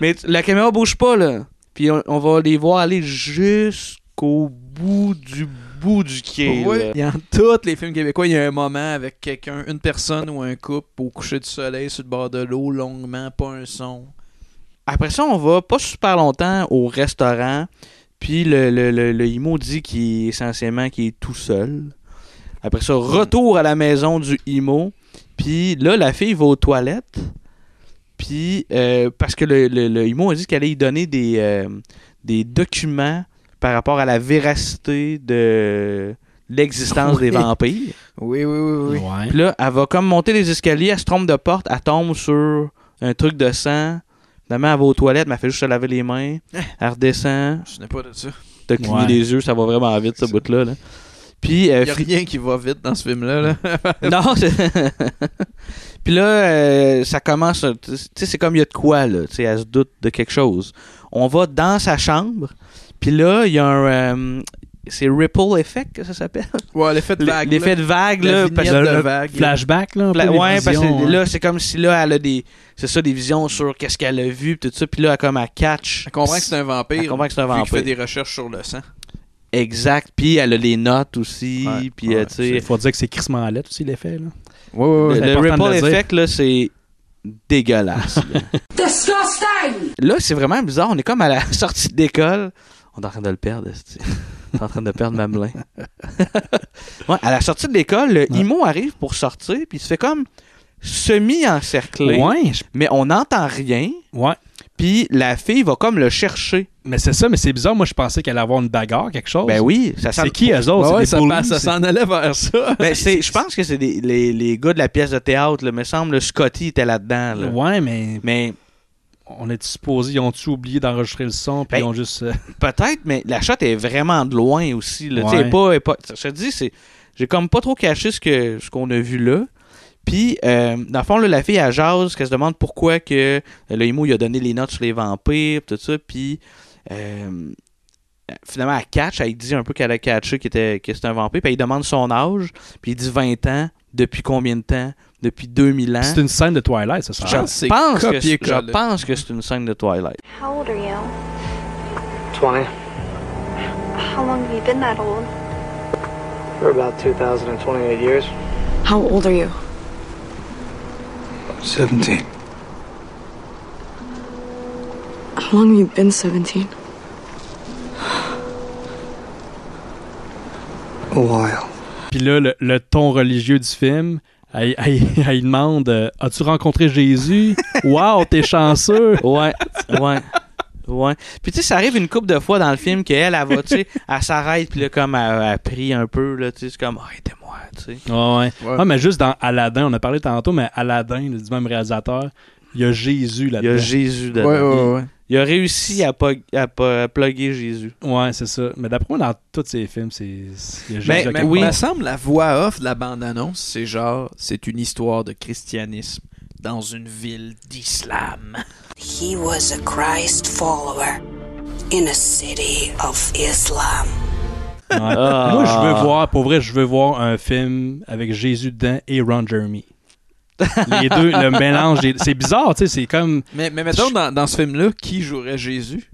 Speaker 1: mais t- la caméra bouge pas, là. Puis on, on va les voir aller jusqu'au bout du bout du quai.
Speaker 2: Ouais,
Speaker 1: là.
Speaker 2: il y a- dans tous les films québécois, il y a un moment avec quelqu'un, une personne ou un couple au coucher du soleil sur le bord de l'eau, longuement, pas un son.
Speaker 1: Après ça, on va pas super longtemps au restaurant. Puis le, le, le, le Imo dit qu'il essentiellement qu'il est tout seul. Après ça, retour à la maison du Imo. Puis là, la fille va aux toilettes. Puis euh, parce que le, le, le Imo a dit qu'elle allait y donner des, euh, des documents par rapport à la véracité de l'existence des
Speaker 2: Oui.
Speaker 1: vampires.
Speaker 2: Oui, oui, oui, oui.
Speaker 1: Puis là, elle va comme monter les escaliers, elle se trompe de porte, elle tombe sur un truc de sang. Finalement, elle va aux toilettes, mais elle fait juste se laver les mains. Elle redescend.
Speaker 2: Je n'ai pas de ça.
Speaker 1: T'as cligné
Speaker 2: Ouais.
Speaker 1: les yeux, ça va vraiment vite, ce bout-là. là. Puis, euh,
Speaker 2: Il y a rien qui va vite dans ce film-là. là.
Speaker 1: non, c'est- Puis là, euh, ça commence. euh, Tu sais, c'est comme il y a de quoi, là. Tu sais, elle se doute de quelque chose. On va dans sa chambre. Puis là, il y a un. euh, c'est Ripple Effect que ça s'appelle.
Speaker 2: ouais, l'effet de
Speaker 1: L-
Speaker 2: vague.
Speaker 1: L'effet
Speaker 2: là.
Speaker 1: de vague,
Speaker 2: La
Speaker 1: là.
Speaker 2: vignette
Speaker 1: parce-
Speaker 2: de vague.
Speaker 3: Flashback, là. un peu,
Speaker 1: Pla-
Speaker 3: les
Speaker 1: ouais, parce
Speaker 3: visions,
Speaker 1: que
Speaker 3: hein.
Speaker 1: là, c'est comme si là, elle a des. C'est ça, des visions sur qu'est-ce qu'elle a vu, pis tout ça. Puis là, elle, comme elle catch.
Speaker 2: Elle comprend que c'est un vampire.
Speaker 1: Elle comprend que c'est un
Speaker 2: vu qu'il
Speaker 1: vampire.
Speaker 2: fait des recherches sur le sang.
Speaker 1: Exact. Puis elle a les notes aussi. puis, euh, tu sais.
Speaker 3: Il faut dire que c'est Chris Manlette aussi, l'effet. là.
Speaker 2: Ouais,
Speaker 1: Le,
Speaker 2: ouais,
Speaker 3: C'est
Speaker 1: le
Speaker 3: important de
Speaker 1: Ripple
Speaker 3: le dire.
Speaker 1: Effect, là, c'est dégueulasse. là.
Speaker 17: Disgusting!
Speaker 1: Là, c'est vraiment bizarre. On est comme à la sortie d'école. On est en train de le perdre. esti. On est en train de perdre Mamelin. ouais, à la sortie de l'école, le Imo arrive pour sortir, puis il se fait comme semi-encercler.
Speaker 3: Ouais, je-
Speaker 1: Mais on n'entend rien.
Speaker 3: Ouais.
Speaker 1: Puis la fille va comme le chercher.
Speaker 3: Mais c'est ça, mais c'est bizarre. Moi, je pensais qu'elle allait avoir une bagarre, quelque chose.
Speaker 1: Ben oui, ça
Speaker 3: Oh, C'est
Speaker 1: semble-
Speaker 3: qui hein? eux autres?
Speaker 1: Ouais,
Speaker 3: C'est
Speaker 1: ouais,
Speaker 3: des
Speaker 1: ça
Speaker 3: bullies,
Speaker 1: passe, ça
Speaker 3: c'est-
Speaker 2: S'en allait vers ça.
Speaker 1: Ben, c'est, je pense que c'est des- les, les gars de la pièce de théâtre, là, me semble, Scotty était là-dedans. là.
Speaker 3: Ouais, mais.
Speaker 1: Mais.
Speaker 3: On est supposé, ils ont-tu oublié d'enregistrer le son, puis
Speaker 1: Ben,
Speaker 3: ils ont juste. euh,
Speaker 1: Peut-être, mais la shot est vraiment de loin aussi. Là. Tu sais,
Speaker 3: Ouais.
Speaker 1: elle est pas, elle est pas- je te dis, c'est, j'ai comme pas trop caché ce, que, ce qu'on a vu là. Puis, euh, dans le fond, là, la fille, elle jase, qu'elle se demande pourquoi que euh, le Imo, il a donné les notes sur les vampires, tout ça. Puis, euh, finalement, elle catch, elle dit un peu qu'elle a catché qu'il était, que c'était un vampire. Puis, elle demande son âge. Puis, il dit 20 ans. Depuis combien de temps? Depuis 2000 ans.
Speaker 3: C'est une scène de Twilight, ça, ça.
Speaker 1: Je
Speaker 3: C'est
Speaker 1: pense, que,
Speaker 3: copier-coller.
Speaker 1: je pense que c'est une scène de Twilight.
Speaker 14: How old are you?
Speaker 9: 20.
Speaker 14: How long have you been that old?
Speaker 18: For about 2,028 years.
Speaker 13: How old are you?
Speaker 18: 17.
Speaker 13: How long have you been 17?
Speaker 3: Puis là, le, le ton religieux du film, elle, elle- elle demande euh, As-tu rencontré Jésus Waouh, t'es chanceux
Speaker 1: Ouais, ouais. Ouais. Puis tu sais, ça arrive une couple de fois dans le film qu'elle, elle va, tu sais, elle s'arrête, puis là, comme, elle, elle prie un peu, là, tu sais, c'est comme, Ah, aidez-moi, tu sais.
Speaker 3: Ouais, ouais.
Speaker 1: Ouais.
Speaker 3: Ouais, mais juste dans Aladdin, on a parlé tantôt, mais Aladdin, du même réalisateur, il y a Jésus
Speaker 1: Il y
Speaker 3: là-dedans.
Speaker 1: a Jésus dedans. Il- Il a réussi à, pog- à, po- à plugger Jésus.
Speaker 3: Ouais, c'est ça. Mais d'après moi, dans tous ces films, c'est. c'est- il y a Jésus à
Speaker 1: Ben,
Speaker 2: Mais,
Speaker 3: quelque
Speaker 2: mais
Speaker 3: part.
Speaker 2: il me semble la voix off de la bande-annonce, c'est genre, c'est une histoire de christianisme dans une ville d'islam.
Speaker 19: He was a Christ follower in a city of Islam.
Speaker 3: Ouais.
Speaker 1: Ah.
Speaker 3: Moi, je veux voir, pour vrai, je veux voir un film avec Jésus dedans et Ron Jeremy. Les deux, le mélange, des- c'est bizarre, tu sais, c'est comme
Speaker 2: Mais, mais mettons, dans, dans ce film-là, qui jouerait Jésus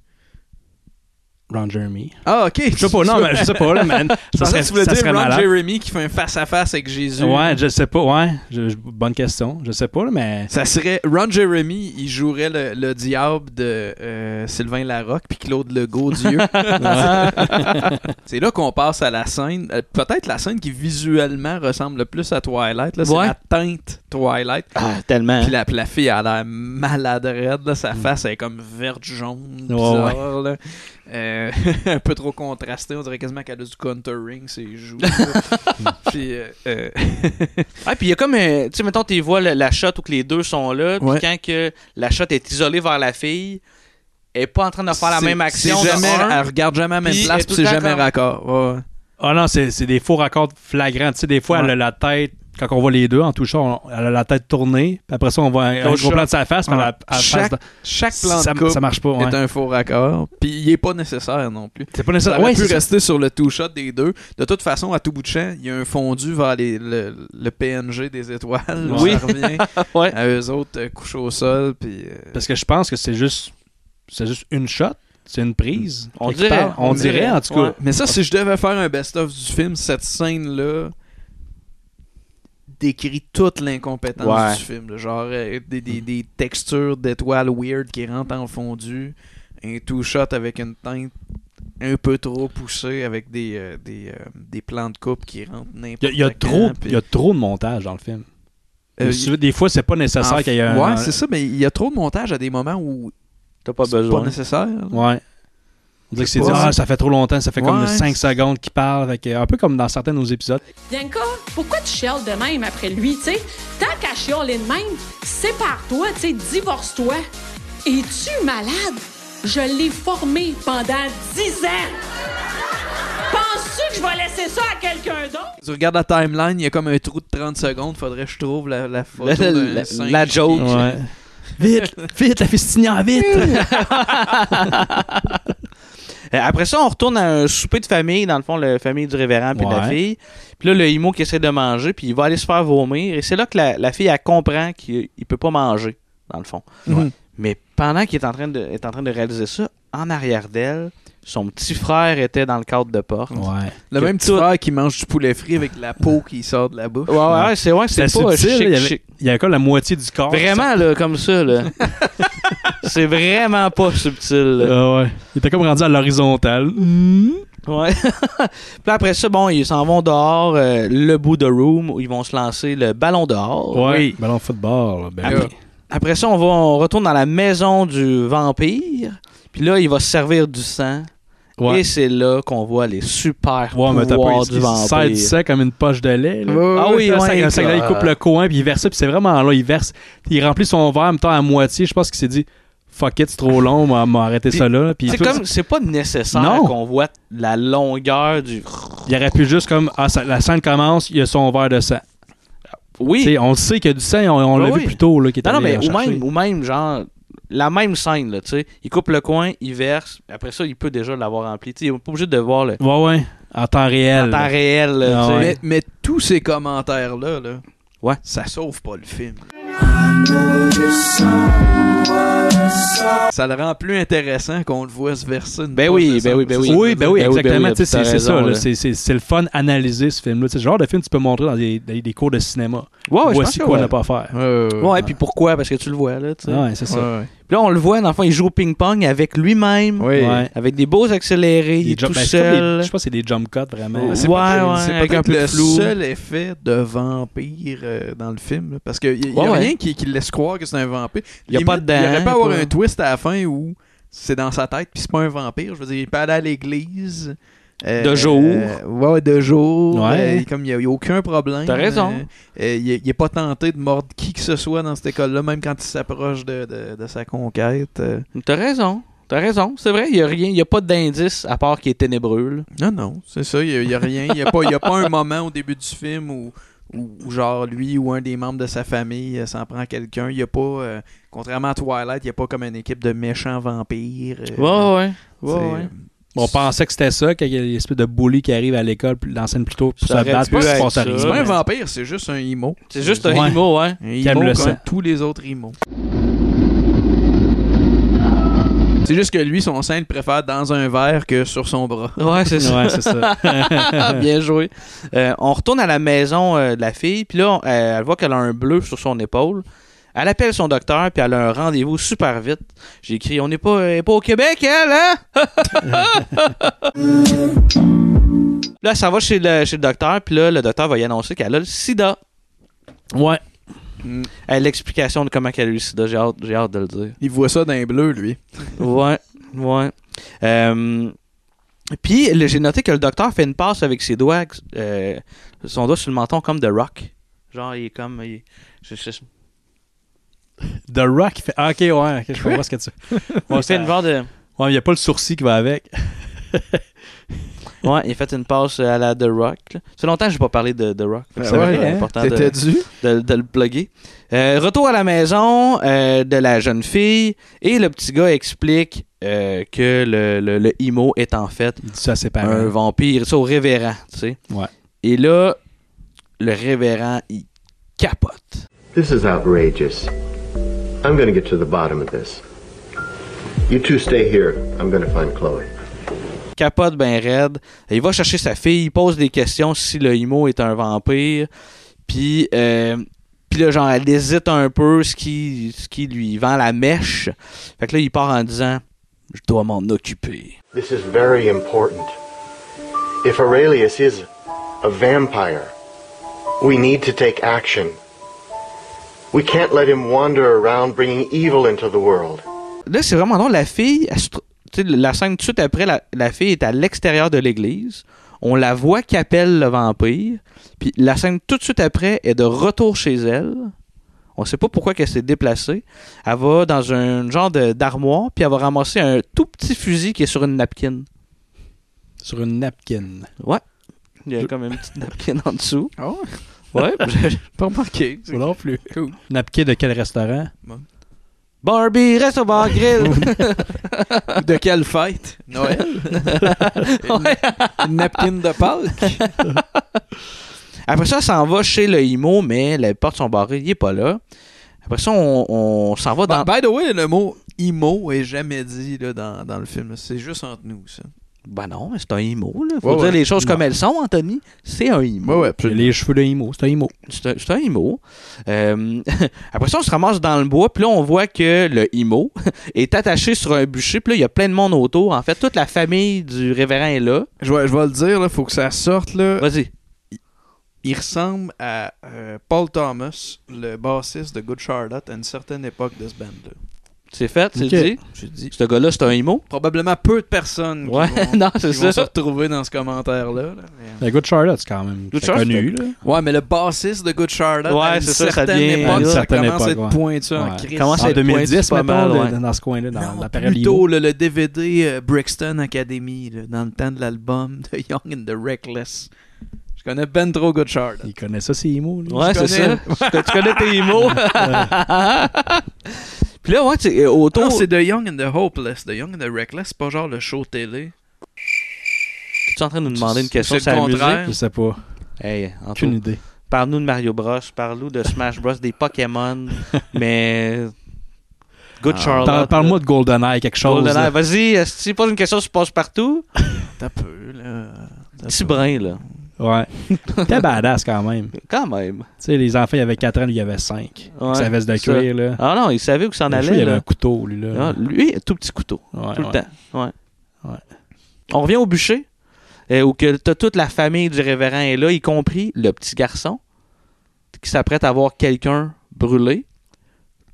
Speaker 3: Ron Jeremy.
Speaker 2: Ah, ok. Je
Speaker 3: sais pas, non, mais je sais pas, là, man. Ça serait-
Speaker 2: tu voulais
Speaker 3: ça
Speaker 2: dire
Speaker 3: serait
Speaker 2: Ron
Speaker 3: malade.
Speaker 2: Jeremy qui fait un face-à-face avec Jésus.
Speaker 3: Ouais, je sais pas, ouais, je- je- bonne question, je sais pas, là, mais...
Speaker 2: Ça serait Ron Jeremy, il jouerait le, le diable de euh, Sylvain Larocque puis Claude Legault Dieu. c'est là qu'on passe à la scène, euh, peut-être la scène qui visuellement ressemble le plus à Twilight. là, C'est
Speaker 1: Ouais.
Speaker 2: la teinte Twilight.
Speaker 1: Ah, tellement.
Speaker 2: Puis la, puis la fille elle a l'air malade raide, là, sa face elle est comme verte jaune,
Speaker 1: Ouais,
Speaker 2: bizarre, là. Euh, un peu trop contrastée, on dirait quasiment qu'elle a du contouring ses joues. là. puis euh, euh,
Speaker 1: Ah, puis il y a comme, un- tu sais, mettons, tu vois le- la shot où que les deux sont là, puis
Speaker 2: Ouais.
Speaker 1: quand que la shot est isolée vers la fille, elle est pas en train de faire la
Speaker 2: C'est-
Speaker 1: même action.
Speaker 2: c'est
Speaker 1: de
Speaker 2: jamais-
Speaker 1: un,
Speaker 2: elle regarde jamais la même
Speaker 1: puis
Speaker 2: place,
Speaker 1: elle est
Speaker 2: puis
Speaker 1: tout le
Speaker 2: c'est
Speaker 1: temps
Speaker 2: jamais
Speaker 1: comme-
Speaker 2: raccord. Ouais, ouais.
Speaker 3: Ah non, c'est c'est des faux raccords flagrants. Tu sais, des fois,
Speaker 2: Ouais.
Speaker 3: elle a la tête, quand on voit les deux en touchant, on- elle a la tête tournée. Puis après ça, on voit un, un
Speaker 2: Au
Speaker 3: gros
Speaker 2: shot.
Speaker 3: plan de sa face. puis elle a-
Speaker 2: Ouais.
Speaker 3: elle face
Speaker 2: chaque,
Speaker 3: dans-
Speaker 2: chaque plan
Speaker 3: ça,
Speaker 2: de coupe
Speaker 3: ça marche pas. ouais.
Speaker 2: est un faux raccord. Puis il est pas nécessaire non plus.
Speaker 3: C'est pas nécessaire.
Speaker 2: Ça aurait
Speaker 3: Ouais,
Speaker 2: pu
Speaker 3: c'est ça.
Speaker 2: rester sur le two shot des deux. De toute façon, à tout bout de champ, il y a un fondu vers les- le, le PNG des étoiles.
Speaker 3: Oui.
Speaker 2: Ça revient à eux autres euh, couchés au sol. Puis euh,
Speaker 3: Parce que je pense que c'est juste, c'est juste une shot, c'est une prise.
Speaker 1: On
Speaker 3: quelque
Speaker 1: dirait,
Speaker 3: part. on, dirait, en tout cas.
Speaker 2: Ouais. Mais ça, si je devais faire un best-of du film, cette scène-là décrit toute l'incompétence
Speaker 1: Ouais.
Speaker 2: du film. là. Genre euh, des, des- des textures d'étoiles weird qui rentrent en fondu, un two-shot avec une teinte un peu trop poussée, avec des, euh, des, euh, des plans de coupe qui rentrent n'importe
Speaker 3: Il y a- il y, a
Speaker 2: quand,
Speaker 3: trop,
Speaker 2: hein, puis-
Speaker 3: il y a trop de montage dans le film.
Speaker 2: Euh,
Speaker 3: Tu- des fois, c'est pas nécessaire
Speaker 2: En-
Speaker 3: qu'il y ait un.
Speaker 2: Ouais, c'est ça, mais il y a trop de montage à des moments où
Speaker 1: T'as pas
Speaker 2: c'est pas
Speaker 1: besoin.
Speaker 2: nécessaire. là.
Speaker 3: Ouais. On dirait que c'est
Speaker 2: Ouais.
Speaker 3: dit, ah, ça fait trop longtemps, ça fait comme
Speaker 2: Ouais.
Speaker 3: 5 secondes qu'il parle. fait que, un peu comme dans certains de nos épisodes.
Speaker 11: Bianca, pourquoi tu chiales de même après lui, tu sais? Tant qu'à chialer de même, sépare-toi, tu sais, divorce-toi. Es-tu malade? Je l'ai formé pendant 10 ans. Penses-tu que je vais laisser ça à quelqu'un d'autre?
Speaker 2: Tu regardes la timeline, il y a comme un trou de 30 secondes, faudrait que je trouve la, la photo.
Speaker 1: La- la-
Speaker 2: d'un
Speaker 1: la-
Speaker 2: singe
Speaker 1: la
Speaker 2: qui-
Speaker 1: joke. Ouais.
Speaker 3: Vite, vite, la festinière, vite!
Speaker 1: Euh, Après ça, on retourne à un souper de famille, dans le fond, la famille du révérend puis de
Speaker 3: Ouais.
Speaker 1: la fille. Puis là, le Imo qui essaie de manger, puis il va aller se faire vomir. Et c'est là que la, la fille, elle comprend qu'il il peut pas manger, dans le fond.
Speaker 2: Mhm.
Speaker 1: Mais pendant qu'il est en, train de, est en train de réaliser ça, en arrière d'elle, son petit frère était dans le cadre de porte.
Speaker 3: Ouais.
Speaker 2: Le
Speaker 1: Que
Speaker 2: même petit frère qui mange du poulet frit avec la peau qui sort de la bouche.
Speaker 1: Ouais, ouais, ouais, c'est ouais, c'est
Speaker 3: C'était
Speaker 1: pas
Speaker 3: subtil,
Speaker 1: chic,
Speaker 3: il y avait- Oh,
Speaker 1: chic.
Speaker 3: Il y a comme la moitié du corps.
Speaker 1: Vraiment, là, comme ça, là. c'est vraiment pas subtil, là.
Speaker 3: Ah ouais. Il était comme rendu à l'horizontale.
Speaker 1: Ouais. Puis là, après ça, bon, ils s'en vont dehors, euh, le bout de room, où ils vont se lancer le ballon dehors.
Speaker 3: Ouais. Ballon football. là, ben
Speaker 1: Après,
Speaker 3: oui.
Speaker 1: après ça, on, va, on retourne dans la maison du vampire. Puis là, il va se servir du sang.
Speaker 3: Ouais.
Speaker 1: Et c'est là qu'on voit les super
Speaker 3: Ouais, mais t'as pas
Speaker 1: pouvoirs
Speaker 3: il-
Speaker 1: du
Speaker 3: il sert du
Speaker 1: vampire.
Speaker 3: sang comme une poche de lait. là.
Speaker 1: Ouais, Ah oui,
Speaker 3: Un
Speaker 1: ouais,
Speaker 3: sac- un sac de lait, il
Speaker 1: quoi.
Speaker 3: coupe le coin, puis il verse ça, puis c'est vraiment là, il verse, il remplit son verre en même temps à moitié. Je pense qu'il s'est dit, fuck it, c'est trop long, m'a m'a arrêté ça là. Puis
Speaker 1: C'est
Speaker 3: tout-
Speaker 1: comme, c'est pas nécessaire
Speaker 3: Non.
Speaker 1: qu'on voit la longueur du.
Speaker 3: il aurait pu juste comme, ah, ça- la scène commence, il y a son verre de sang.
Speaker 1: Oui.
Speaker 3: T'sais, on le sait qu'il y a du sang, on, on
Speaker 1: Ah
Speaker 3: l'a
Speaker 1: oui.
Speaker 3: vu plus tôt là, qu'il est
Speaker 1: Non, non,
Speaker 3: allé
Speaker 1: mais ou
Speaker 3: chercher.
Speaker 1: même, ou même, genre, la même scène, là, tu sais. Il coupe le coin, il verse. Après ça, il peut déjà l'avoir rempli. Tu sais, il est pas obligé de voir le
Speaker 3: Ouais, ouais. En temps réel.
Speaker 1: en temps
Speaker 3: là.
Speaker 1: réel, là,
Speaker 3: Ah
Speaker 1: tu sais.
Speaker 2: Mais, mais tous ces commentaires-là, là,
Speaker 1: Ouais.
Speaker 2: ça sauve pas le film. ça le rend plus intéressant qu'on le voit se verser. une
Speaker 4: Ben
Speaker 2: poche de
Speaker 4: oui, ben
Speaker 2: sable.
Speaker 4: oui, ben oui.
Speaker 3: Oui, ben oui, exactement.
Speaker 4: ben oui,
Speaker 3: Tu sais, c'est
Speaker 4: t'as
Speaker 3: c'est
Speaker 4: raison,
Speaker 3: ça. là.
Speaker 4: là.
Speaker 3: C'est- C'est c'est le fun analyser ce film-là. Tu sais, Ce genre de film, tu peux montrer dans des, des- des cours de cinéma.
Speaker 1: Ah Ouais, ouais, je
Speaker 3: Voici
Speaker 1: pense que
Speaker 3: quoi Ah.
Speaker 1: ouais.
Speaker 3: ne pas faire.
Speaker 1: Ouais, puis pourquoi? Parce que tu le vois, là, tu sais.
Speaker 3: Ouais, c'est ça. Ouais, ouais.
Speaker 1: Puis là, on le voit, dans le fond, il joue au ping-pong avec lui-même.
Speaker 3: Oui. Ouais.
Speaker 1: Avec des beaux accélérés, il
Speaker 3: Des
Speaker 1: est
Speaker 3: jump-
Speaker 1: tout
Speaker 3: ben, c'est comme
Speaker 1: seul.
Speaker 3: des- je pense que c'est des jump cuts vraiment.
Speaker 1: Ouais,
Speaker 2: C'est
Speaker 1: ouais,
Speaker 2: peut-être-
Speaker 1: ouais,
Speaker 2: c'est
Speaker 1: avec
Speaker 2: peut-être
Speaker 1: un peu de
Speaker 2: le
Speaker 1: flou.
Speaker 2: seul effet de vampire euh, dans le film. là, parce qu'il n'y a
Speaker 1: Ouais, ouais.
Speaker 2: rien qui, qui laisse croire que c'est un vampire.
Speaker 1: Y a
Speaker 2: Limite,
Speaker 1: pas de dents,
Speaker 2: Il aurait pas avoir
Speaker 1: pas-
Speaker 2: un twist à la fin où c'est dans sa tête puis c'est pas un vampire. Je veux dire, il peut aller à l'église. euh,
Speaker 1: De jour.
Speaker 2: euh, ouais, ouais, de jour.
Speaker 1: Ouais.
Speaker 2: euh, comme il n'y a, aucun problème.
Speaker 1: T'as raison.
Speaker 2: euh, euh, il n'est pas tenté de mordre qui que ce soit dans cette école-là, même quand il s'approche de, de- de sa conquête. euh.
Speaker 1: T'as raison. T'as raison. C'est vrai, il n'y a rien. Il n'y a pas d'indice à part qu'il est ténébreux, là.
Speaker 2: Non, non, c'est ça, il n'y a, rien. Il n'y a, pas- y a pas un moment au début du film où, où- où genre lui ou un des membres de sa famille euh, s'en prend à quelqu'un. Il n'y a pas, euh, contrairement à Twilight, il n'y a pas comme une équipe de méchants vampires. euh,
Speaker 1: Ouais, ouais.
Speaker 2: tu sais,
Speaker 1: Ouais, ouais.
Speaker 3: On pensait que c'était ça, quand il y a l'espèce de bully qui arrive à l'école, puis dans la scène plutôt, pour se
Speaker 2: Ça aurait
Speaker 3: battre,
Speaker 2: pu
Speaker 3: pour se
Speaker 2: être
Speaker 3: passer
Speaker 2: ça. C'est pas un
Speaker 3: rien.
Speaker 2: vampire, c'est juste un emo.
Speaker 1: C'est juste un emo, hein.
Speaker 2: Un
Speaker 3: Calme
Speaker 2: emo
Speaker 3: le
Speaker 2: comme
Speaker 3: sang.
Speaker 2: tous les autres emos. C'est juste que lui, son sein, il préfère dans un verre que sur son bras.
Speaker 1: Ouais, c'est ça.
Speaker 3: Ouais, c'est ça.
Speaker 1: Bien joué. Euh, on retourne à la maison euh, de la fille, puis là, on- euh, elle voit qu'elle a un bleu sur son épaule. Elle appelle son docteur, puis elle a un rendez-vous super vite. J'ai écrit On n'est pas, elle est pas au Québec, elle, hein Là, ça va chez le, chez le docteur, puis là, le docteur va y annoncer qu'elle a le sida.
Speaker 3: Ouais.
Speaker 1: Euh, L'explication de comment qu'elle a eu le sida, j'ai hâte, j'ai hâte de le dire.
Speaker 2: Il voit ça d'un bleu, lui.
Speaker 1: Ouais, ouais. Euh, puis le- j'ai noté que le docteur fait une passe avec ses doigts, euh, son doigt sur le menton comme The Rock. Genre, il est comme. il- je- je-
Speaker 3: The Rock fait. Ah, ok, ouais, ok, je comprends ce que tu.
Speaker 1: il fait une barre de.
Speaker 3: Ouais, mais il n'y a pas le sourcil qui va avec.
Speaker 1: Ouais, il a fait une passe à la The Rock. là. Ça fait longtemps que j'ai pas parlé de The Rock. fait que
Speaker 2: Ah
Speaker 1: ça va
Speaker 2: ouais,
Speaker 1: être
Speaker 2: hein?
Speaker 1: important de,
Speaker 2: T'étais dû?
Speaker 1: de- de le plugger. Euh, retour à la maison euh, de la jeune fille et le petit gars explique euh, que le, le, le Imo est en fait
Speaker 3: Il dit ça à ses parents.
Speaker 1: un vampire, ça au révérend, tu sais.
Speaker 3: Ouais.
Speaker 1: Et là, le révérend, il capote.
Speaker 16: This is outrageous. I'm going to get to the bottom of this. You two stay here. I'm going to find Chloe.
Speaker 1: Capote ben raide. Il va chercher sa fille, il pose des questions si le Imo est un vampire. Puis, euh, puis là, genre, elle hésite un peu ce qui, ce qui lui vend la mèche. Fait que là, il part en disant Je dois m'en occuper.
Speaker 16: This is very important. If Aurelius is a vampire, we need to take action. We can't let him wander around bringing evil into the world.
Speaker 1: Là, c'est vraiment drôle. La fille, elle se tr- tu sais, la scène tout de suite après, la, la fille est à l'extérieur de l'église. On la voit qui appelle le vampire. Puis la scène tout de suite après est de retour chez elle. On sait pas pourquoi qu'elle s'est déplacée. Elle va dans un genre de- d'armoire, puis elle va ramasser un tout petit fusil qui est sur une napkin.
Speaker 3: Sur une napkin.
Speaker 1: Ouais. Il y a comme une petite napkin en dessous.
Speaker 2: Ah ouais?
Speaker 1: Ouais.
Speaker 2: Pas remarqué.
Speaker 3: Moi non plus.
Speaker 2: Cool.
Speaker 3: Napkin de quel restaurant
Speaker 1: Barbie, reste au bar grill!
Speaker 2: De quelle fête? Noël? une, une napkin de Pâques?
Speaker 1: Après ça, elle s'en va chez le Imo, mais les portes sont barrées, il est pas là. Après ça, on, on s'en va
Speaker 3: Bah,
Speaker 1: dans.
Speaker 2: Bah, By the way, le mot emo est jamais dit là, dans, dans le film. C'est juste entre nous, ça.
Speaker 1: Ben non, mais c'est un Imo, là. Faut
Speaker 2: Ouais,
Speaker 1: dire
Speaker 2: ouais.
Speaker 1: les choses comme elles sont, Anthony. C'est un Imo.
Speaker 2: Ouais, ouais,
Speaker 3: J'ai les cheveux de Imo. C'est un Imo.
Speaker 1: C'est un, c'est un Imo. Euh, après ça, on se ramasse dans le bois, puis là, on voit que le Imo est attaché sur un bûcher, puis là, il y a plein de monde autour. En fait, toute la famille du révérend est là.
Speaker 2: Je vais, je vais le dire, il faut que ça sorte. Là.
Speaker 1: Vas-y.
Speaker 2: Il ressemble à euh, Paul Thomas, le bassiste de Good Charlotte, à une certaine époque de ce band-là.
Speaker 1: C'est fait, c'est
Speaker 3: Ok.
Speaker 1: dit. Ce gars-là, c'est un Imo.
Speaker 2: Probablement peu de personnes
Speaker 1: Ouais,
Speaker 2: qui, vont,
Speaker 1: non,
Speaker 2: qui
Speaker 1: c'est
Speaker 2: vont
Speaker 1: ça.
Speaker 2: se retrouver dans ce commentaire-là. là. Mais- euh,
Speaker 3: La Ben, Good Charlotte, c'est quand même.
Speaker 1: Good
Speaker 3: c'est
Speaker 1: Charlotte,
Speaker 3: connu, là.
Speaker 2: Ouais, mais le bassiste de Good Charlotte,
Speaker 1: Ouais,
Speaker 2: à une
Speaker 1: c'est ça, ça
Speaker 2: certaine
Speaker 1: devient-
Speaker 2: époque,
Speaker 3: À une
Speaker 2: ça
Speaker 3: certaine
Speaker 2: commence à
Speaker 3: époque,
Speaker 2: être
Speaker 3: ouais.
Speaker 2: pointu en
Speaker 3: Ouais.
Speaker 2: crise.
Speaker 1: Commence à
Speaker 3: En
Speaker 1: être pointu
Speaker 3: 2010,
Speaker 1: pas
Speaker 3: mettons,
Speaker 1: mal,
Speaker 3: le-
Speaker 1: ouais.
Speaker 3: dans ce coin-là, dans la période
Speaker 2: Plutôt
Speaker 3: Imo.
Speaker 2: le, le DVD euh, Brixton Academy, là, dans le temps de l'album de Young and the Reckless. Je connais ben trop Goodchard.
Speaker 3: Il connaît ça, c'est Imo, lui.
Speaker 1: Ouais,
Speaker 2: Je
Speaker 1: c'est ça.
Speaker 2: connais.
Speaker 1: tu tu connais tes Imo. puis là, ouais, tu sais, euh, autour.
Speaker 3: Oh!
Speaker 2: Non, c'est de Young and the Hopeless. De Young and the Reckless, c'est pas genre le show télé.
Speaker 1: Tu es en train de nous demander une question
Speaker 2: C'est
Speaker 1: sur
Speaker 2: le
Speaker 1: la musique?
Speaker 2: contraire.
Speaker 3: Je sais pas.
Speaker 1: Hey, Anto,
Speaker 3: Aucune idée.
Speaker 1: parle-nous de Mario Bros, parle-nous de Smash Bros, des Pokémon, mais Good
Speaker 3: Ah.
Speaker 1: Charlotte.
Speaker 3: Parle- Parle-moi de GoldenEye, quelque chose.
Speaker 1: Golden
Speaker 3: là.
Speaker 1: Eye. Vas-y, c'est pas une question se passe partout.
Speaker 2: Ah, T'as peu, là.
Speaker 1: Petit brin, là.
Speaker 3: Ouais. T'es badass quand même. Tu
Speaker 1: Quand même.
Speaker 3: sais, les enfants, il y avait 4 ans, lui, il y avait 5.
Speaker 1: Ouais,
Speaker 3: Sa veste de
Speaker 1: ça.
Speaker 3: cuir, là.
Speaker 1: Ah non, il savait où s'en
Speaker 3: Le
Speaker 1: allait.
Speaker 3: chou, il
Speaker 1: là.
Speaker 3: avait un couteau, lui, là.
Speaker 1: Ah, lui, un tout petit couteau.
Speaker 3: Ouais,
Speaker 1: tout le
Speaker 3: ouais.
Speaker 1: temps. Ouais. On revient au bûcher, euh, où que t'as toute la famille du révérend est là, y compris le petit garçon qui s'apprête à voir quelqu'un brûlé.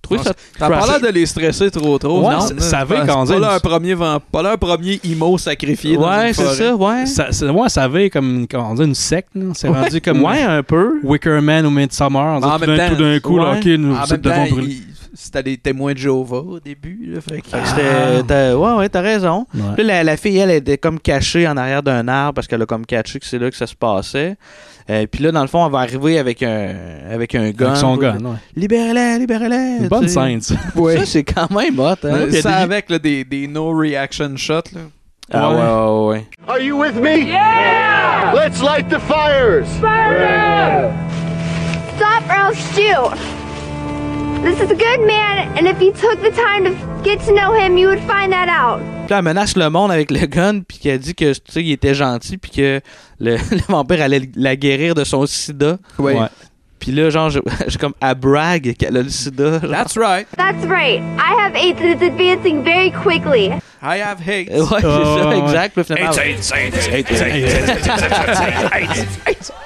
Speaker 1: Trouvez ça
Speaker 2: T'as pas
Speaker 1: trash.
Speaker 2: l'air de les stresser trop trop.
Speaker 3: Ouais,
Speaker 2: non,
Speaker 3: ça- ça va
Speaker 2: C'est
Speaker 3: quand
Speaker 2: pas
Speaker 3: même.
Speaker 2: leur premier vent- pas leur premier IMO sacrifié. dans une forêt.
Speaker 1: ouais.
Speaker 3: Ça, c'est- ouais, ça avait comme, comment on dit, une secte, là. C'est
Speaker 2: Ouais.
Speaker 3: rendu comme.
Speaker 2: Ouais,
Speaker 1: un peu.
Speaker 3: Wicker Man ou Midsummer. On dit
Speaker 2: En
Speaker 3: tout
Speaker 2: même
Speaker 3: d'un-
Speaker 2: temps,
Speaker 3: tout d'un coup, là,
Speaker 2: ouais. Ah,
Speaker 3: ok, nous, vous
Speaker 2: En même
Speaker 3: êtes devant
Speaker 2: temps,
Speaker 3: brûler.
Speaker 2: il- C'était des témoins de Jéhovah au début. là, fait que-
Speaker 3: Ah,
Speaker 1: Fait que c'était- t'as- ouais, Ah. ouais, t'as raison.
Speaker 3: Ouais.
Speaker 1: Puis la, la fille, elle, était comme cachée en arrière d'un arbre parce qu'elle a comme caché que c'est là que ça se passait. Euh, puis là, dans le fond, elle va arriver avec un, avec un gun.
Speaker 3: Avec son
Speaker 1: Puis-
Speaker 3: gun, ouais.
Speaker 1: Libérez-la, libérez-la.
Speaker 3: Une bonne
Speaker 1: tu sais.
Speaker 3: scène, ça.
Speaker 1: Ça, c'est quand même hot. hein.
Speaker 2: Euh,
Speaker 1: Puis il y a
Speaker 2: ça
Speaker 1: des-
Speaker 2: avec là, des, des no reaction shots. Là.
Speaker 1: Ah ouais, ouais, ouais.
Speaker 16: Are you with me? Yeah! Let's light the fires!
Speaker 14: Stop or I'll shoot. This is a good man, and if you took the time to get to know him, you would find that out.
Speaker 1: Puis là, elle menace le monde avec le gun, puis qu'elle dit que, tu sais, il était gentil, puis que le, le vampire allait la guérir de son sida.
Speaker 2: Ouais.
Speaker 1: Puis là, genre, je- j'ai comme à brague qu'elle a le sida. genre.
Speaker 2: That's right.
Speaker 14: That's right. I have AIDS that's advancing very quickly.
Speaker 2: I have hate.
Speaker 1: Ouais, c'est
Speaker 3: Oh,
Speaker 1: ça,
Speaker 2: ouais.
Speaker 1: exact. Puis finalement,
Speaker 2: Hate, hate, hate, hate, hate, hate, hate, hate, hate, hate.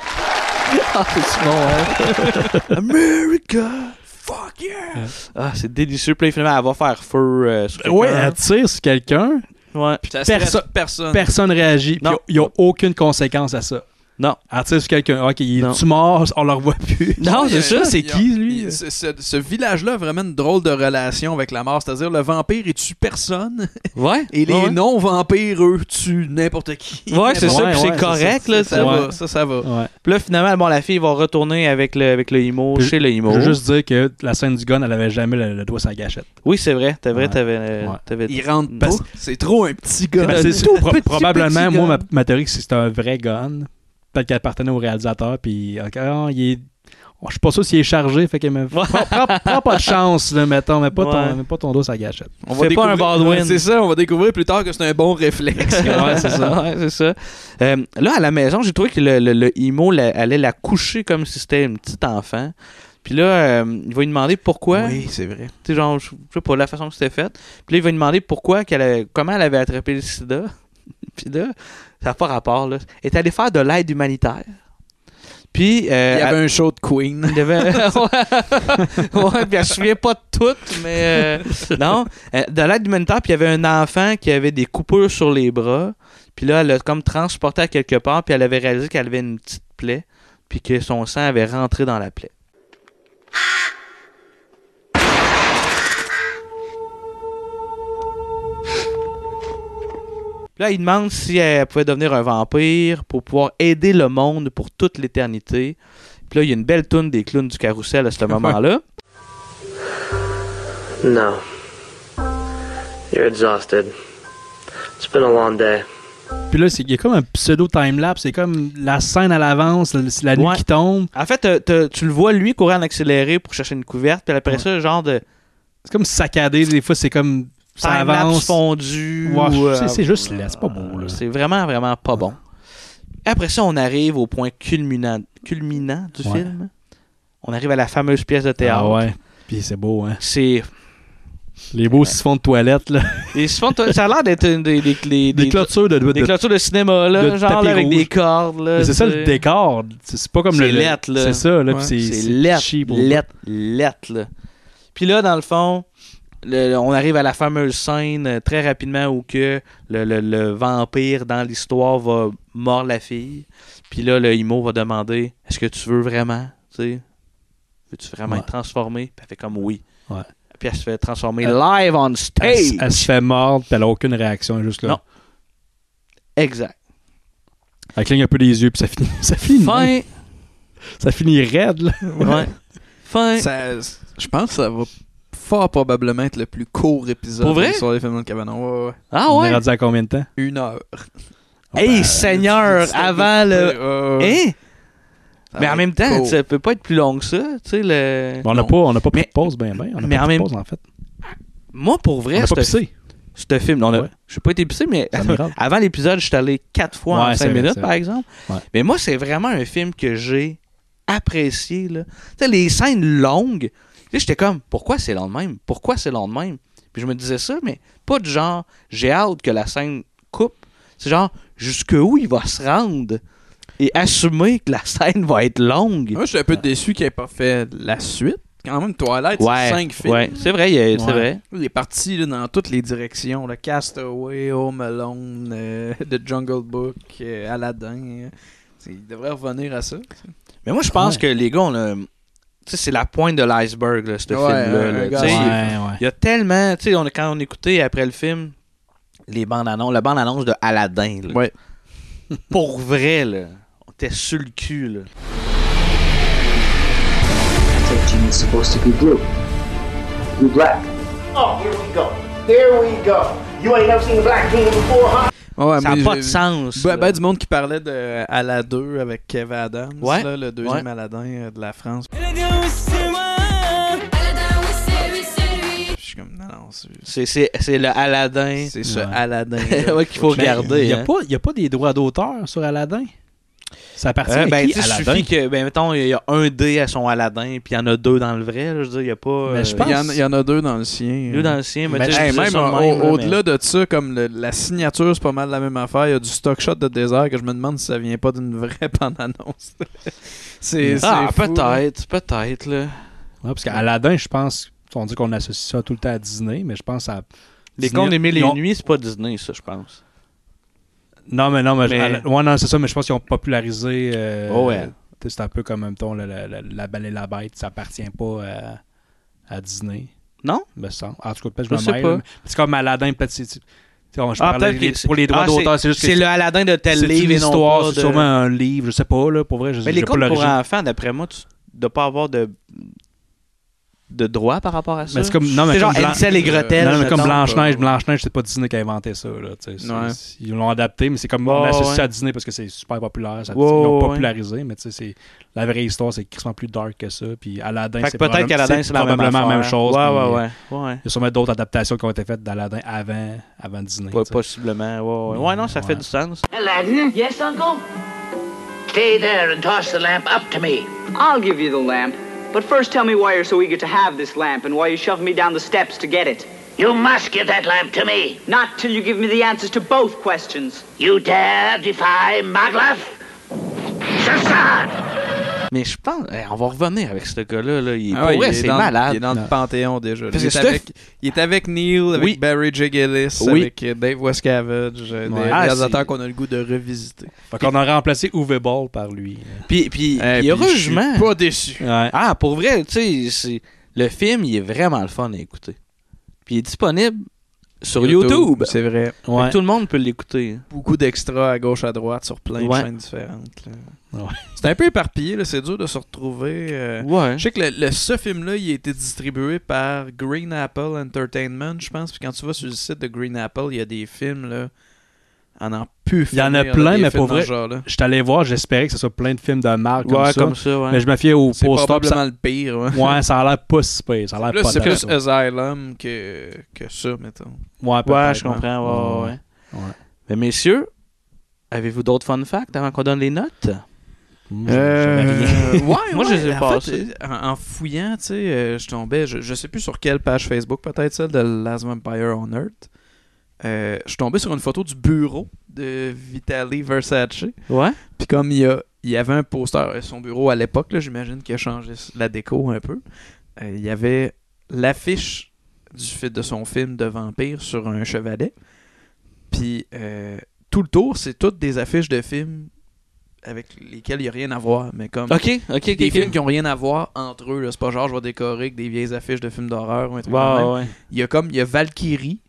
Speaker 1: Ah, c'est si bon, hein? America! Fuck yeah! Ah, c'est délicieux. Puis là, finalement, elle va faire feu euh, sur
Speaker 3: Ouais,
Speaker 1: quelqu'un.
Speaker 3: elle tire sur quelqu'un.
Speaker 1: Ouais.
Speaker 2: Ça stresse
Speaker 3: Personne
Speaker 2: personne.
Speaker 3: personne réagit. puis Il n'y a, aucune conséquence à ça.
Speaker 1: Non.
Speaker 3: Elle tire sur quelqu'un. Ok, il est mort, on le revoit plus.
Speaker 2: Il y a-
Speaker 1: euh,
Speaker 3: C'est
Speaker 2: il y a-
Speaker 3: qui, lui
Speaker 2: il- Ce, ce- ce village-là a vraiment une drôle de relation avec la mort. C'est-à-dire, le vampire, il tue personne.
Speaker 1: Ouais.
Speaker 2: Et les
Speaker 1: ouais.
Speaker 2: non-vampires, eux, tuent n'importe qui.
Speaker 1: Ouais, c'est ça,
Speaker 2: N'importe-
Speaker 1: puis c'est correct, là,
Speaker 2: Ça,
Speaker 1: tu sais.
Speaker 2: va, ça, ça va.
Speaker 1: Puis là, finalement, bon, la fille va retourner avec le, avec le Imo,
Speaker 3: Puis-
Speaker 1: chez le Imo.
Speaker 3: Je veux juste dire que la scène du gun, elle avait jamais le, le doigt sur la gâchette.
Speaker 1: Oui, c'est vrai, t'as vrai,
Speaker 3: Ouais.
Speaker 1: t'avais. euh,
Speaker 3: Ouais.
Speaker 1: t'avais-
Speaker 2: Il rentre pas.
Speaker 3: Parce-
Speaker 2: C'est trop un petit gars.
Speaker 3: Ben,
Speaker 1: Euh,
Speaker 3: c'est-
Speaker 2: Tout
Speaker 3: pro-
Speaker 2: petit,
Speaker 3: probablement,
Speaker 2: petit
Speaker 3: moi, ma,
Speaker 2: gars.
Speaker 3: ma théorie, c'est que c'est un vrai gun. Peut-être qu'elle appartenait au réalisateur, puis ok, ah, il est- oh, je suis pas sûr s'il est chargé, fait que mais, prends, prends- prends pas de chance, là, mettons, mais pas,
Speaker 1: Ouais.
Speaker 3: ton, mets pas ton dos à la gâchette.
Speaker 2: On va
Speaker 1: Fais pas un
Speaker 2: découvrir-
Speaker 1: Baldwin.
Speaker 2: C'est ça, on va découvrir plus tard que c'est un bon réflexe.
Speaker 3: Ouais, c'est ça.
Speaker 1: Ouais, c'est ça. Euh, là, à la maison, j'ai trouvé que le, le, le Imo la- allait la coucher comme si c'était une petite enfant. Puis là, euh, il va lui demander pourquoi.
Speaker 2: Oui, c'est vrai.
Speaker 1: Tu sais, genre, je je sais pas, la façon que c'était fait. Puis là, il va lui demander pourquoi, qu'elle a- comment elle avait attrapé le sida. Puis là, ça n'a pas rapport, là. Elle est allée faire de l'aide humanitaire. Puis, euh,
Speaker 2: Il y
Speaker 1: elle-
Speaker 2: avait un show de Queen.
Speaker 1: il y avait- ouais, ouais, puis elle se souvient pas de tout, mais euh, non. Euh, De l'aide humanitaire, puis il y avait un enfant qui avait des coupures sur les bras. Puis là, elle l'a comme transporté à quelque part, puis elle avait réalisé qu'elle avait une petite plaie, puis que son sang avait rentré dans la plaie. Puis Là, il demande si elle pouvait devenir un vampire pour pouvoir aider le monde pour toute l'éternité. Puis là, il y a une belle toune des clowns du carrousel à ce moment-là.
Speaker 18: No. You're exhausted. It's been a long day.
Speaker 3: Puis là, c'est- il y a comme un pseudo-timelapse, c'est comme la scène à l'avance, la, la nuit
Speaker 1: Ouais.
Speaker 3: qui tombe.
Speaker 1: En fait, t'as- t'as- tu le vois, lui, courir en accéléré pour chercher une couverte. Puis après ça, genre de
Speaker 3: C'est comme saccadé, des fois, c'est comme ça
Speaker 1: time-lapse
Speaker 3: avance.
Speaker 1: fondu.
Speaker 3: Ouais,
Speaker 1: ou,
Speaker 3: c'est-
Speaker 1: euh,
Speaker 3: c'est juste laid, c'est pas beau. Là.
Speaker 1: C'est vraiment, vraiment pas bon. Après ça, on arrive au point culminant, culminant du
Speaker 3: Ouais.
Speaker 1: film. On arrive à la fameuse pièce de théâtre.
Speaker 3: Ah ouais, puis c'est beau, hein.
Speaker 1: C'est...
Speaker 3: Les beaux siphons de toilette, là.
Speaker 1: Ils se font- ça a l'air d'être une des, des, des-
Speaker 3: Des
Speaker 1: des-
Speaker 3: clôtures de, de,
Speaker 1: des clôtures de cinéma, là,
Speaker 3: de
Speaker 1: genre
Speaker 3: tapis
Speaker 1: là, avec
Speaker 3: rouge.
Speaker 1: des cordes. là,
Speaker 3: Mais c'est ça
Speaker 1: tu
Speaker 3: le
Speaker 1: sais.
Speaker 3: décor. C'est c'est pas comme
Speaker 1: Euh, C'est
Speaker 3: le. le-
Speaker 1: lettre, là.
Speaker 3: C'est ça, là. puis
Speaker 1: Ouais.
Speaker 3: c'est-
Speaker 1: C'est
Speaker 3: c'est
Speaker 1: lettre,
Speaker 3: cheap au bout.
Speaker 1: lettre, lettre, là. Puis là, dans le fond, le- on arrive à la fameuse scène euh, très rapidement où que le, le- le vampire dans l'histoire va mordre la fille. Puis là, le Imo va demander Est-ce que tu veux vraiment Tu sais, Veux-tu vraiment
Speaker 3: Ouais.
Speaker 1: être transformé Puis elle fait comme oui.
Speaker 3: Ouais. Euh,
Speaker 1: Puis elle se fait transformer
Speaker 3: Elle-
Speaker 1: live on
Speaker 3: Elle, s-
Speaker 1: stage.
Speaker 3: elle se fait mordre, puis elle a aucune réaction, juste là.
Speaker 1: Non. Exact.
Speaker 3: Elle cligne un peu les yeux, puis ça finit. Ça finit, de même.
Speaker 1: Fin.
Speaker 3: ça finit raide, là.
Speaker 1: Ouais. Fin.
Speaker 2: Ça- je pense que ça va fort probablement être le plus court épisode
Speaker 1: Pour vrai?
Speaker 2: sur les films de cabanon. Ouais, ouais.
Speaker 1: Ah
Speaker 3: On est
Speaker 1: ouais.
Speaker 3: rendu à combien de temps
Speaker 2: Une heure.
Speaker 1: Hey, Seigneur, avant le.
Speaker 2: Euh,
Speaker 1: Hein?
Speaker 2: ça
Speaker 1: Mais
Speaker 2: va
Speaker 1: en
Speaker 2: être
Speaker 1: même temps,
Speaker 2: court.
Speaker 1: ça peut pas être plus long que ça, tu sais, le...
Speaker 3: Bon, On n'a
Speaker 2: Non.
Speaker 3: pas, on n'a pas pris
Speaker 1: Mais-
Speaker 3: de pause, ben, ben. On n'a
Speaker 1: mais
Speaker 3: pas
Speaker 1: en
Speaker 3: pris
Speaker 1: même-
Speaker 3: de pause, en fait.
Speaker 1: Moi, pour vrai,
Speaker 3: On a
Speaker 1: c'est
Speaker 3: pas pissé.
Speaker 1: Ce film, non, on a- j'ai pas été pissé, mais
Speaker 3: C'est un miracle.
Speaker 1: avant l'épisode, j'étais allé quatre fois en
Speaker 3: Ouais,
Speaker 1: cinq
Speaker 3: c'est vrai,
Speaker 1: minutes,
Speaker 3: c'est
Speaker 1: par
Speaker 3: vrai.
Speaker 1: exemple.
Speaker 3: Ouais.
Speaker 1: Mais moi, c'est vraiment un film que j'ai apprécié. Là. Tu sais, les scènes longues, tu sais, j'étais comme, pourquoi c'est long de même? Pourquoi c'est long de même? Puis je me disais ça, mais pas du genre, j'ai hâte que la scène coupe. C'est genre, jusqu'où il va se rendre et assumer que la scène va être longue.
Speaker 2: Moi, je suis un peu déçu qu'il n'ait pas fait la suite. Quand même, Twilight,
Speaker 1: Ouais,
Speaker 2: c'est 5 films.
Speaker 1: ouais. C'est vrai, il y a- c'est vrai.
Speaker 2: Il est parti là, dans toutes les directions. Le Castaway, Home Alone, euh, The Jungle Book, euh, Aladdin. euh. C'est- Il devrait revenir à ça.
Speaker 1: Mais moi, je pense
Speaker 2: Ouais.
Speaker 1: que les gars, on a- tu sais, c'est la pointe de l'iceberg, là, ce
Speaker 2: Ouais,
Speaker 1: film-là.
Speaker 2: un
Speaker 1: là.
Speaker 2: gars-
Speaker 1: Tu sais,
Speaker 2: Ouais,
Speaker 1: Il y a tellement. tu sais, on a- quand on écoutait après le film, les bandes annonces, la bande-annonce de Aladdin. là. Pour vrai, là, on était sur le cul. là.
Speaker 9: Protection is supposed to be blue. Blue black.
Speaker 15: Oh, here we go. There we go. You ain't never seen a black king before, huh?
Speaker 2: Ouais,
Speaker 1: Ça a
Speaker 2: Ah, mais
Speaker 1: pas
Speaker 2: j'ai-
Speaker 1: de sens,
Speaker 2: Ben,
Speaker 1: là.
Speaker 2: ben, du monde qui parlait de Aladdin 2 avec Kev Adams,
Speaker 1: Ouais,
Speaker 2: là, le deuxième
Speaker 1: ouais.
Speaker 2: Aladdin euh, de la France. Je suis comme, non, non, c'est-
Speaker 1: C'est- C'est c'est le Aladdin.
Speaker 2: C'est ce Aladdin.
Speaker 1: ouais, qu'il faut
Speaker 3: Mais
Speaker 1: regarder.
Speaker 3: Il n'y a,
Speaker 1: hein.
Speaker 3: pas- il y a pas des droits d'auteur sur Aladdin Ça appartient
Speaker 1: Euh,
Speaker 3: à
Speaker 1: ben,
Speaker 3: qui,
Speaker 1: tu sais,
Speaker 3: Aladdin?
Speaker 1: suffit que, ben, mettons, il y a un dé à son Aladdin, puis il y en a deux dans le vrai. là, je veux dire, il n'y a pas. euh,
Speaker 2: Mais je pense- Il y en a- il y en a deux dans le sien.
Speaker 1: Deux dans le sien, mais,
Speaker 2: Mais
Speaker 1: tu sais,
Speaker 2: hey,
Speaker 1: je disais
Speaker 2: même
Speaker 1: ça de
Speaker 2: au-
Speaker 1: même, là,
Speaker 2: au-delà
Speaker 1: mais-
Speaker 2: de ça, comme le- la signature, c'est pas mal la même affaire. Il y a du stock shot de désert que je me demande si ça vient pas d'une vraie bande-annonce. c'est
Speaker 1: Ah,
Speaker 2: c'est fou, Ah
Speaker 1: peut-être, peut-être, là.
Speaker 3: Ouais, parce qu'Aladdin, je pense, on dit qu'on associe ça tout le temps à Disney, mais je pense à.
Speaker 1: Les
Speaker 3: Disney-
Speaker 1: contes des mille et
Speaker 3: ils ont-
Speaker 1: une nuits, c'est pas Disney, ça, je pense.
Speaker 3: Non, mais non, mais.
Speaker 1: Mais-
Speaker 3: Ala- Ouais, non, c'est ça, mais je pense qu'ils ont popularisé. euh,
Speaker 1: Oh, ouais.
Speaker 3: tu sais, C'est un peu comme, même ton, la, la, la- la Belle et la Bête, ça appartient pas à, à Disney.
Speaker 1: Non?
Speaker 3: Me semble. En tout cas, peut-être
Speaker 1: Je
Speaker 3: que je
Speaker 1: sais
Speaker 3: me mêle.
Speaker 1: pas.
Speaker 3: mais C'est comme Aladdin, peut-être. c'est- c'est- tu sais, on- je
Speaker 1: Ah,
Speaker 3: parle
Speaker 1: peut-être
Speaker 3: des-
Speaker 1: que
Speaker 3: pour les droits
Speaker 1: ah,
Speaker 3: d'auteur,
Speaker 1: c'est-
Speaker 3: c'est juste que
Speaker 1: c'est le Aladdin de tel
Speaker 3: c'est une
Speaker 1: livre et non
Speaker 3: histoire,
Speaker 1: pas
Speaker 3: c'est
Speaker 1: de-
Speaker 3: sûrement un livre, je sais pas, là, pour vrai. Je,
Speaker 1: Mais
Speaker 3: j'ai
Speaker 1: les
Speaker 3: pas
Speaker 1: contes pour
Speaker 3: l'origine.
Speaker 1: enfants, d'après moi, tu dois pas avoir de de droit par rapport à ça.
Speaker 3: Mais c'est comme non mais
Speaker 1: C'est
Speaker 3: comme euh,
Speaker 1: genre Hansel et Gretel.
Speaker 3: Non, non, mais comme
Speaker 1: mettons.
Speaker 3: Blanche Neige, Blanche Neige, c'est pas Disney qui a inventé ça là, tu sais, c'est-
Speaker 1: Ouais.
Speaker 3: c'est- Ils l'ont adapté, mais c'est comme on
Speaker 1: Ouais,
Speaker 3: associe ça
Speaker 1: ouais.
Speaker 3: à Disney parce que c'est super populaire, ça,
Speaker 1: Ouais,
Speaker 3: ils l'ont
Speaker 1: ouais, ouais.
Speaker 3: popularisé, mais tu sais c'est la vraie histoire, c'est crissement plus dark que ça, puis Aladdin
Speaker 1: Fait que
Speaker 3: c'est
Speaker 1: peut-être
Speaker 3: probable-
Speaker 1: qu'Aladdin, c'est la même
Speaker 3: probablement la même
Speaker 1: affaire.
Speaker 3: chose.
Speaker 1: Ouais,
Speaker 3: puis,
Speaker 1: ouais, ouais.
Speaker 3: euh,
Speaker 1: Ouais.
Speaker 3: Il y a sûrement d'autres adaptations qui ont été faites d'Aladdin avant avant Disney.
Speaker 1: Ouais,
Speaker 3: tu sais.
Speaker 1: possiblement. Ouais, ouais. Ouais, non, ça fait du sens.
Speaker 17: Aladdin? Yes, Uncle? Stay there and toss the lamp up to me.
Speaker 20: I'll give you the lamp. But first tell me why you're so eager to have this lamp and why you shoved me down the steps to get it.
Speaker 17: You must give that lamp to me.
Speaker 20: Not till you give me the answers to both questions.
Speaker 17: You dare defy Maglaf? Shazad!
Speaker 1: Mais je pense, eh, on va revenir avec ce gars-là. Là. Il,
Speaker 2: Ah
Speaker 1: pour
Speaker 2: ouais,
Speaker 1: vrai,
Speaker 2: il est
Speaker 1: c'est
Speaker 2: dans-
Speaker 1: malade.
Speaker 2: Il est dans le panthéon déjà. là.
Speaker 1: Parce
Speaker 2: il,
Speaker 1: que
Speaker 2: est
Speaker 1: ce
Speaker 2: avec, il est avec Neil, avec
Speaker 1: Oui.
Speaker 2: Barry J. Gillis,
Speaker 1: Oui.
Speaker 2: avec euh, Dave Wascavage, euh, des
Speaker 3: Ouais. Ah,
Speaker 2: réalisateurs
Speaker 3: c'est-
Speaker 2: qu'on a le goût de revisiter.
Speaker 3: Fait qu'on a remplacé Uwe Ball par lui.
Speaker 1: Puis, puis, puis
Speaker 2: Eh, puis
Speaker 1: heureusement.
Speaker 2: je suis pas déçu.
Speaker 1: Ah, pour vrai, tu sais, c'est- le film, il est vraiment le fun à écouter. Puis il est disponible sur YouTube.
Speaker 2: YouTube, c'est vrai.
Speaker 1: Fait que
Speaker 2: Ouais.
Speaker 1: Tout le monde peut l'écouter.
Speaker 2: Beaucoup d'extras à gauche, à droite, sur plein
Speaker 1: Ouais.
Speaker 2: de chaînes différentes. là. C'est un peu éparpillé, là, c'est dur de se retrouver. euh, Je sais que le, le- ce film-là, il a été distribué par Green Apple Entertainment, je pense. Puis quand tu vas sur le site de Green Apple, il y a des films, là, en en pu
Speaker 3: Il y en a plein, mais pour vrai, je t'allais voir, j'espérais que ce soit plein de films de marque comme
Speaker 2: Ouais,
Speaker 3: ça.
Speaker 2: comme ça, ouais.
Speaker 3: Mais je me fiais au
Speaker 2: C'est
Speaker 3: poster.
Speaker 2: probablement
Speaker 3: ça-
Speaker 2: le pire, ouais.
Speaker 3: Ouais, ça a l'air pas si pire. Ça a l'air
Speaker 2: Là,
Speaker 3: pas
Speaker 2: c'est
Speaker 3: tant.
Speaker 2: plus Asylum que, que ça, mettons.
Speaker 3: Ouais,
Speaker 1: Ouais,
Speaker 3: peut-être,
Speaker 1: je comprends. Ouais, ouais,
Speaker 3: hein.
Speaker 1: ouais.
Speaker 3: Ouais.
Speaker 1: Mais messieurs, avez-vous d'autres fun facts avant qu'on donne les notes?
Speaker 3: Moi,
Speaker 1: Euh,
Speaker 3: j'avais rien.
Speaker 2: Euh, ouais,
Speaker 1: Moi, je
Speaker 2: ouais,
Speaker 1: les ai
Speaker 2: en
Speaker 1: passés.
Speaker 2: fait, euh, en, en fouillant, tu sais, euh, je tombais, je, je sais plus sur quelle page Facebook, peut-être celle de Last Vampire on Earth. Euh, je suis tombé sur une photo du bureau de Vitaly Versace.
Speaker 1: Ouais.
Speaker 2: Puis comme il y, a- il y avait un poster, euh, son bureau à l'époque, là, j'imagine qu'il a changé s- la déco un peu. Euh, il y avait l'affiche du fi- de son film de vampire sur un chevalet. Puis euh, tout le tour, c'est toutes des affiches de films avec lesquels il n'y a rien à voir, mais comme
Speaker 1: Ok, ok,
Speaker 2: des
Speaker 1: ok, ok.
Speaker 2: films qui n'ont rien à voir entre eux. là. C'est pas genre je vais décorer avec des vieilles affiches de films d'horreur ou un truc
Speaker 1: Ouais,
Speaker 2: comme
Speaker 1: ouais.
Speaker 2: ça. Il y a comme il y a Valkyrie,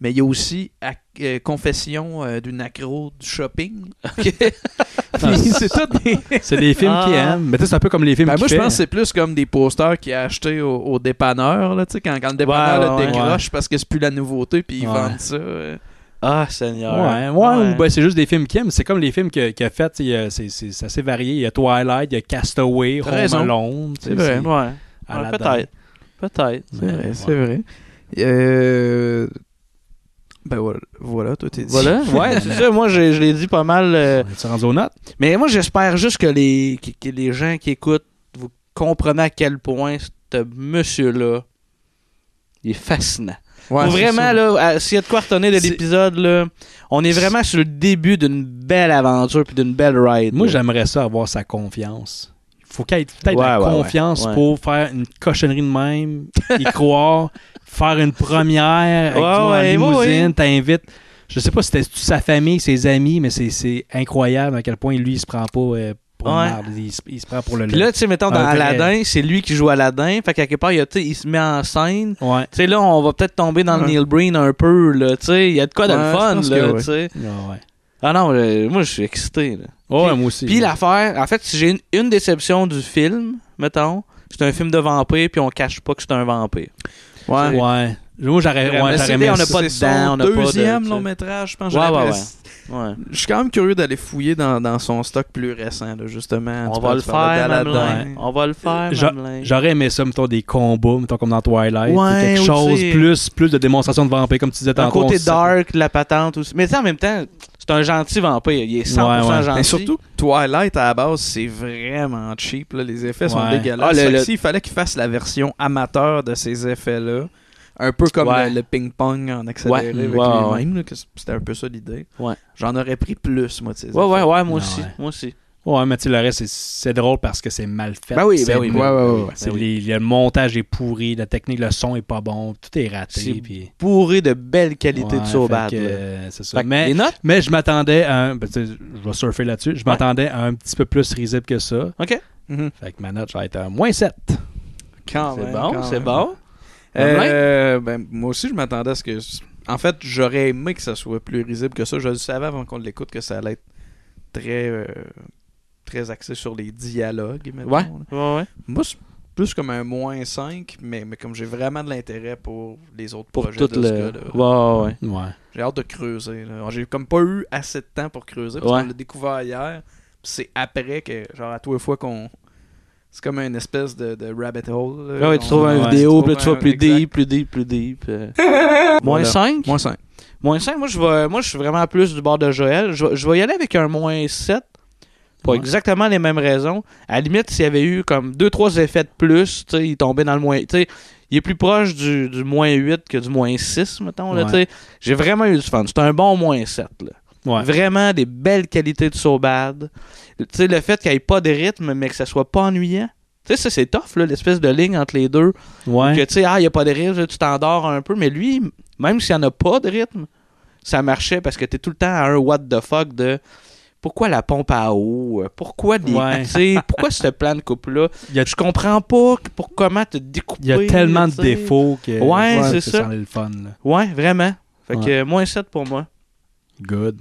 Speaker 2: mais il y a aussi ac- euh, Confession euh, d'une accro du shopping. Puis c'est tout des...
Speaker 3: C'est des films qui
Speaker 2: Ah.
Speaker 3: aiment. Mais tu sais, c'est un peu comme les films
Speaker 2: Ben,
Speaker 3: qui
Speaker 2: moi, je
Speaker 3: fait.
Speaker 2: pense que c'est plus comme des posters qu'il a acheté au, au dépanneur, là, tu sais, quand, quand le dépanneur
Speaker 3: Ouais,
Speaker 2: là,
Speaker 3: ouais, ouais.
Speaker 2: décroche parce que c'est plus la nouveauté, puis ils
Speaker 3: Ouais.
Speaker 2: vendent ça. euh.
Speaker 1: Ah, Seigneur.
Speaker 3: Ouais, ouais, ou ben, c'est juste des films qui aiment. C'est comme les films qu'il a fait. il y a- C'est c'est- c'est assez varié. Il y a Twilight, il y a Castaway,
Speaker 2: T'as
Speaker 3: Home
Speaker 2: raison.
Speaker 3: Alone. tu
Speaker 2: C'est
Speaker 3: sais,
Speaker 2: vrai.
Speaker 1: Ouais. Ouais,
Speaker 3: Aladdin.
Speaker 1: peut-être. Peut-être.
Speaker 2: C'est vrai,
Speaker 3: Ouais.
Speaker 2: c'est vrai. Euh, Ben voilà, voilà, toi t'es dit.
Speaker 1: Voilà, ouais, c'est ça. Moi, je, je l'ai dit pas mal. Euh,
Speaker 3: rendu aux notes?
Speaker 1: Mais moi, j'espère juste que les, que, que les gens qui écoutent, vous comprenez à quel point ce monsieur-là, il est fascinant.
Speaker 2: Ouais,
Speaker 1: Faut
Speaker 2: c'est
Speaker 1: vraiment,
Speaker 2: ça.
Speaker 1: là, à- s'il y a de quoi retenir de l'épisode, là, on est vraiment sur le début d'une belle aventure puis d'une belle ride.
Speaker 3: Moi,
Speaker 1: là.
Speaker 3: j'aimerais ça avoir sa confiance. Il faut qu'il ait peut-être
Speaker 1: Ouais,
Speaker 3: la
Speaker 1: ouais, ouais.
Speaker 3: confiance
Speaker 1: Ouais.
Speaker 3: pour faire une cochonnerie de même, y croire, faire une première, avec
Speaker 1: Ouais,
Speaker 3: toi en
Speaker 1: ouais, ouais, ouais.
Speaker 3: limousine, t'invites. Je sais pas si c'était sa famille, ses amis, mais c'est- c'est incroyable à quel point lui, il se prend pas euh, pour une
Speaker 1: Ouais.
Speaker 3: marde. Il, se- il se prend pour le
Speaker 1: Puis là, tu sais, mettons, dans
Speaker 3: Un vrai-
Speaker 1: Aladdin, c'est lui qui joue Aladdin. Fait qu'à quelque part, il, y a, tu sais, il se met en scène.
Speaker 3: Ouais.
Speaker 1: Tu sais, là, on va peut-être tomber dans le
Speaker 3: Ouais.
Speaker 1: Neil Breen un peu, là. Tu sais, il y a de quoi de
Speaker 3: Ouais,
Speaker 1: le
Speaker 3: je
Speaker 1: fun,
Speaker 3: pense
Speaker 1: là.
Speaker 3: que oui.
Speaker 1: Tu sais.
Speaker 3: Ouais,
Speaker 1: Ah non, euh, moi, je suis excité, là.
Speaker 3: Ouais,
Speaker 1: Puis-
Speaker 3: moi aussi.
Speaker 1: Puis l'affaire, en fait, si j'ai une, une déception du film, mettons, c'est un film de vampire, puis on cache pas que c'est un vampire.
Speaker 2: Ouais.
Speaker 1: Tu sais,
Speaker 3: Ouais. Moi, j'aurais
Speaker 1: Vraiment,
Speaker 3: ouais,
Speaker 1: c'est
Speaker 3: j'aurais
Speaker 1: bien,
Speaker 3: aimé
Speaker 1: on n'a
Speaker 3: ça.
Speaker 1: pas de
Speaker 2: C'est
Speaker 1: dents,
Speaker 2: son
Speaker 1: on n'a pas de-
Speaker 2: deuxième
Speaker 1: tu sais.
Speaker 2: long métrage, je pense.
Speaker 1: Ouais,
Speaker 2: j'aurais
Speaker 1: ouais,
Speaker 2: apprécié-
Speaker 1: ouais. Ouais.
Speaker 2: Je suis quand même curieux d'aller fouiller dans, dans son stock plus récent, là, justement.
Speaker 1: On va
Speaker 2: Tu parles-
Speaker 1: le
Speaker 2: tu parles
Speaker 1: faire,
Speaker 2: d'Aladin.
Speaker 1: Mamelin. On va le faire,
Speaker 3: J'a-
Speaker 1: Mamelin.
Speaker 3: J'aurais aimé ça, mettons, des combats, mettons, comme dans Twilight.
Speaker 1: Ouais,
Speaker 3: quelque
Speaker 1: ou
Speaker 3: chose,
Speaker 1: tu sais-
Speaker 3: plus, plus de démonstration de vampire, comme tu disais
Speaker 1: Un
Speaker 3: tantôt. on
Speaker 1: côté
Speaker 3: sait-
Speaker 1: dark, la patente aussi. Mais tu sais, en même temps, c'est un gentil vampire. Il est 100%
Speaker 3: Ouais, ouais.
Speaker 1: gentil.
Speaker 2: Mais surtout, que Twilight à la base, c'est vraiment cheap. là. Les effets sont
Speaker 1: Ouais.
Speaker 2: dégueulasses.
Speaker 1: Ah, le-
Speaker 2: Fait que
Speaker 1: le-
Speaker 2: s'il fallait qu'il fasse la version amateur de ces effets-là, un peu comme
Speaker 1: Ouais.
Speaker 2: le, le ping-pong en accéléré
Speaker 1: Ouais.
Speaker 2: avec
Speaker 1: Ouais,
Speaker 2: les
Speaker 1: ouais.
Speaker 2: mêmes, là, que c- c'était un peu ça l'idée.
Speaker 1: Ouais.
Speaker 2: J'en aurais pris plus, moi, de ces
Speaker 1: Ouais, ouais, ouais, moi
Speaker 3: Ouais,
Speaker 1: aussi.
Speaker 3: ouais.
Speaker 1: Moi aussi.
Speaker 3: Ouais, mais tu sais, le reste, c'est- c'est drôle parce que c'est mal fait.
Speaker 1: Ben oui,
Speaker 3: C'est-
Speaker 1: ben oui, ben
Speaker 3: Ouais,
Speaker 1: oui,
Speaker 3: ouais,
Speaker 1: ben
Speaker 3: ouais,
Speaker 1: oui,
Speaker 3: ouais.
Speaker 1: ben
Speaker 3: C'est
Speaker 1: oui.
Speaker 3: les- le montage est pourri, la technique, le son est pas bon, tout est raté.
Speaker 1: C'est
Speaker 3: Puis...
Speaker 1: bourré de belles qualités
Speaker 3: Ouais,
Speaker 1: de
Speaker 3: fait
Speaker 1: sauvade.
Speaker 3: que,
Speaker 1: là.
Speaker 3: euh, c'est ça.
Speaker 1: Fait que
Speaker 3: Mais,
Speaker 1: les notes?
Speaker 3: mais je m'attendais à un. ben, tu sais, je vais surfer là-dessus. Je m'attendais à un petit peu plus risible que ça.
Speaker 1: OK.
Speaker 3: Fait que ma note, ça va être un moins 7.
Speaker 2: Mhm. Quand
Speaker 1: C'est
Speaker 2: même,
Speaker 1: bon,
Speaker 2: quand
Speaker 1: c'est
Speaker 2: même.
Speaker 1: bon.
Speaker 2: Euh, ben, moi aussi, je m'attendais à ce que. En fait, j'aurais aimé que ça soit plus risible que ça. Je le savais avant qu'on l'écoute que ça allait être très. euh, très axé sur les dialogues. mettons,
Speaker 1: Ouais.
Speaker 2: là.
Speaker 1: Ouais, ouais.
Speaker 2: Moi, c'est plus comme un moins 5, mais, mais comme j'ai vraiment de l'intérêt pour les autres
Speaker 1: Pour
Speaker 2: projets
Speaker 1: tout
Speaker 2: de ce
Speaker 1: le.
Speaker 2: gars-là.
Speaker 1: Ouais, ouais, ouais.
Speaker 3: Ouais.
Speaker 2: J'ai hâte de creuser. là. J'ai comme pas eu assez de temps pour creuser parce
Speaker 1: Ouais.
Speaker 2: qu'on l'a découvert hier. puis C'est après que, genre, à tous les fois qu'on. C'est comme une espèce de, de rabbit hole. là.
Speaker 1: Ah Ouais, ouais, tu
Speaker 2: On-
Speaker 1: trouves une
Speaker 2: euh, ouais,
Speaker 1: vidéo, puis là,
Speaker 2: trouves
Speaker 1: tu vas
Speaker 2: un-
Speaker 1: plus
Speaker 2: exact.
Speaker 1: deep, plus deep, plus deep. euh. moins
Speaker 2: Voilà.
Speaker 1: 5?
Speaker 2: Moins 5.
Speaker 1: Moins 5, moi je vais, moi je suis vraiment plus du bord de Joël. Je, vais- je vais y aller avec un moins 7. Pas
Speaker 3: Ouais.
Speaker 1: exactement les mêmes raisons. À la limite, s'il y avait eu comme 2-3 effets de plus, tu sais, il tombait dans le moins. tu sais, il est plus proche du, du moins 8 que du moins 6, mettons. là,
Speaker 3: Ouais.
Speaker 1: tu sais. J'ai vraiment eu du fun. C'est un bon moins 7. Là.
Speaker 3: Ouais.
Speaker 1: Vraiment des belles qualités de Sobad. Tu sais, le fait qu'il n'y ait pas de rythme, mais que ça soit pas ennuyant. Tu sais, ça, c'est tough, là, l'espèce de ligne entre les deux.
Speaker 3: Ouais.
Speaker 1: Que tu sais, ah, il n'y a pas de rythme, tu t'endors un peu. Mais lui, même s'il n'y en a pas de rythme, ça marchait parce que tu es tout le temps à un what the fuck de pourquoi la pompe à eau, pourquoi des,
Speaker 3: Ouais.
Speaker 1: tu sais, pourquoi ce plan de coupe-là. Je comprends pas que- pour comment te découper.
Speaker 3: Il y a tellement
Speaker 1: tu
Speaker 3: de
Speaker 1: sais.
Speaker 3: défauts que.
Speaker 1: Ouais, c'est
Speaker 3: que
Speaker 1: ça.
Speaker 3: en est le fun. là.
Speaker 1: Ouais, vraiment. Fait
Speaker 3: Ouais.
Speaker 1: que euh, moins 7 pour moi.
Speaker 3: Good.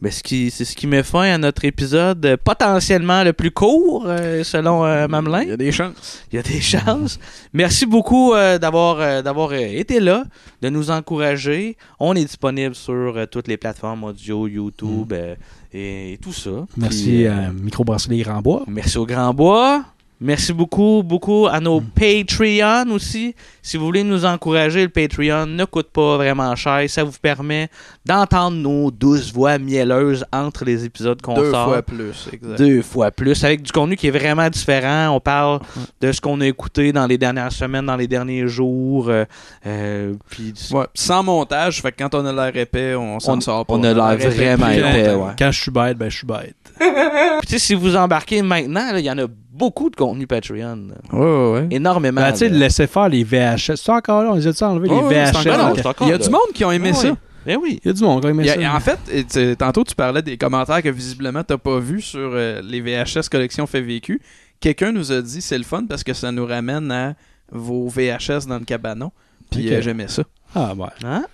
Speaker 1: Ben, ce qui- c'est ce qui met fin à notre épisode euh, potentiellement le plus court, euh, selon euh, Mamelin. Il y a
Speaker 2: des chances.
Speaker 1: Il y a des chances. Merci beaucoup euh, d'avoir euh, d'avoir euh, été là, de nous encourager. On est disponible sur euh, toutes les plateformes audio, YouTube euh, et, et tout ça. Puis,
Speaker 3: Mm. Merci
Speaker 1: euh,
Speaker 3: à Microbrasserie Rambois.
Speaker 1: Merci au Grand Bois. Merci beaucoup, beaucoup à nos Patreon aussi. Si vous voulez nous encourager, le Patreon ne coûte pas vraiment cher. Ça vous permet d'entendre nos douze voix mielleuses entre les épisodes qu'on
Speaker 2: Deux
Speaker 1: sort.
Speaker 2: fois plus, exact.
Speaker 1: Deux fois plus. Avec du contenu qui est vraiment différent. On parle de ce qu'on a écouté dans les dernières semaines, dans les derniers jours. euh, euh, puis du-
Speaker 2: Ouais, pis sans montage, fait que quand on a l'air épais, on s'en
Speaker 1: On-
Speaker 2: sort pas.
Speaker 1: on a l'air
Speaker 2: épais
Speaker 1: vraiment
Speaker 2: plus
Speaker 1: épais,
Speaker 2: longtemps.
Speaker 1: Ben, ouais.
Speaker 3: euh, Quand je suis bête, ben je suis bête.
Speaker 1: Puis, tu sais, si vous embarquez maintenant, là, il y en a beaucoup de contenu Patreon.
Speaker 2: Ouais, ouais, ouais.
Speaker 1: Énormément.
Speaker 3: Ben, tu sais,
Speaker 1: là.
Speaker 3: de laisser faire les VHS. C'est encore là, on les a-tu enlevés,
Speaker 2: Ouais, ouais,
Speaker 3: les
Speaker 2: c'est
Speaker 3: VHS?
Speaker 2: encore là,
Speaker 3: Ok.
Speaker 2: c'est encore Il y a là. du monde qui ont aimé
Speaker 3: Ouais,
Speaker 2: ça.
Speaker 3: ouais.
Speaker 1: Ben oui.
Speaker 3: Il y a du monde qui a aimé
Speaker 2: Il y a-
Speaker 3: ça.
Speaker 2: en fait, et tu sais, tantôt tu parlais des commentaires que visiblement t'as pas vu sur euh, les VHS collection fait vécu. Quelqu'un nous a dit c'est le fun parce que ça nous ramène à vos VHS dans le cabanon. Puis
Speaker 3: Ok.
Speaker 2: euh, j'aimais ça.
Speaker 3: Ah, ouais.
Speaker 1: Hein?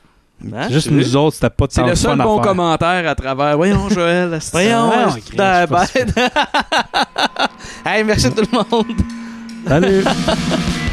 Speaker 1: Hein,
Speaker 3: Juste
Speaker 1: tu
Speaker 3: nous
Speaker 1: veux?
Speaker 3: autres, c'était pas
Speaker 2: Ah, C'est
Speaker 3: tant
Speaker 2: le seul
Speaker 3: fun à
Speaker 2: bon
Speaker 3: faire.
Speaker 2: commentaire à travers. Voyons Joël. c'est-
Speaker 1: Voyons,
Speaker 2: Ah,
Speaker 1: ouais, c'est dans la bête. hey, merci tout le monde.
Speaker 3: Salut!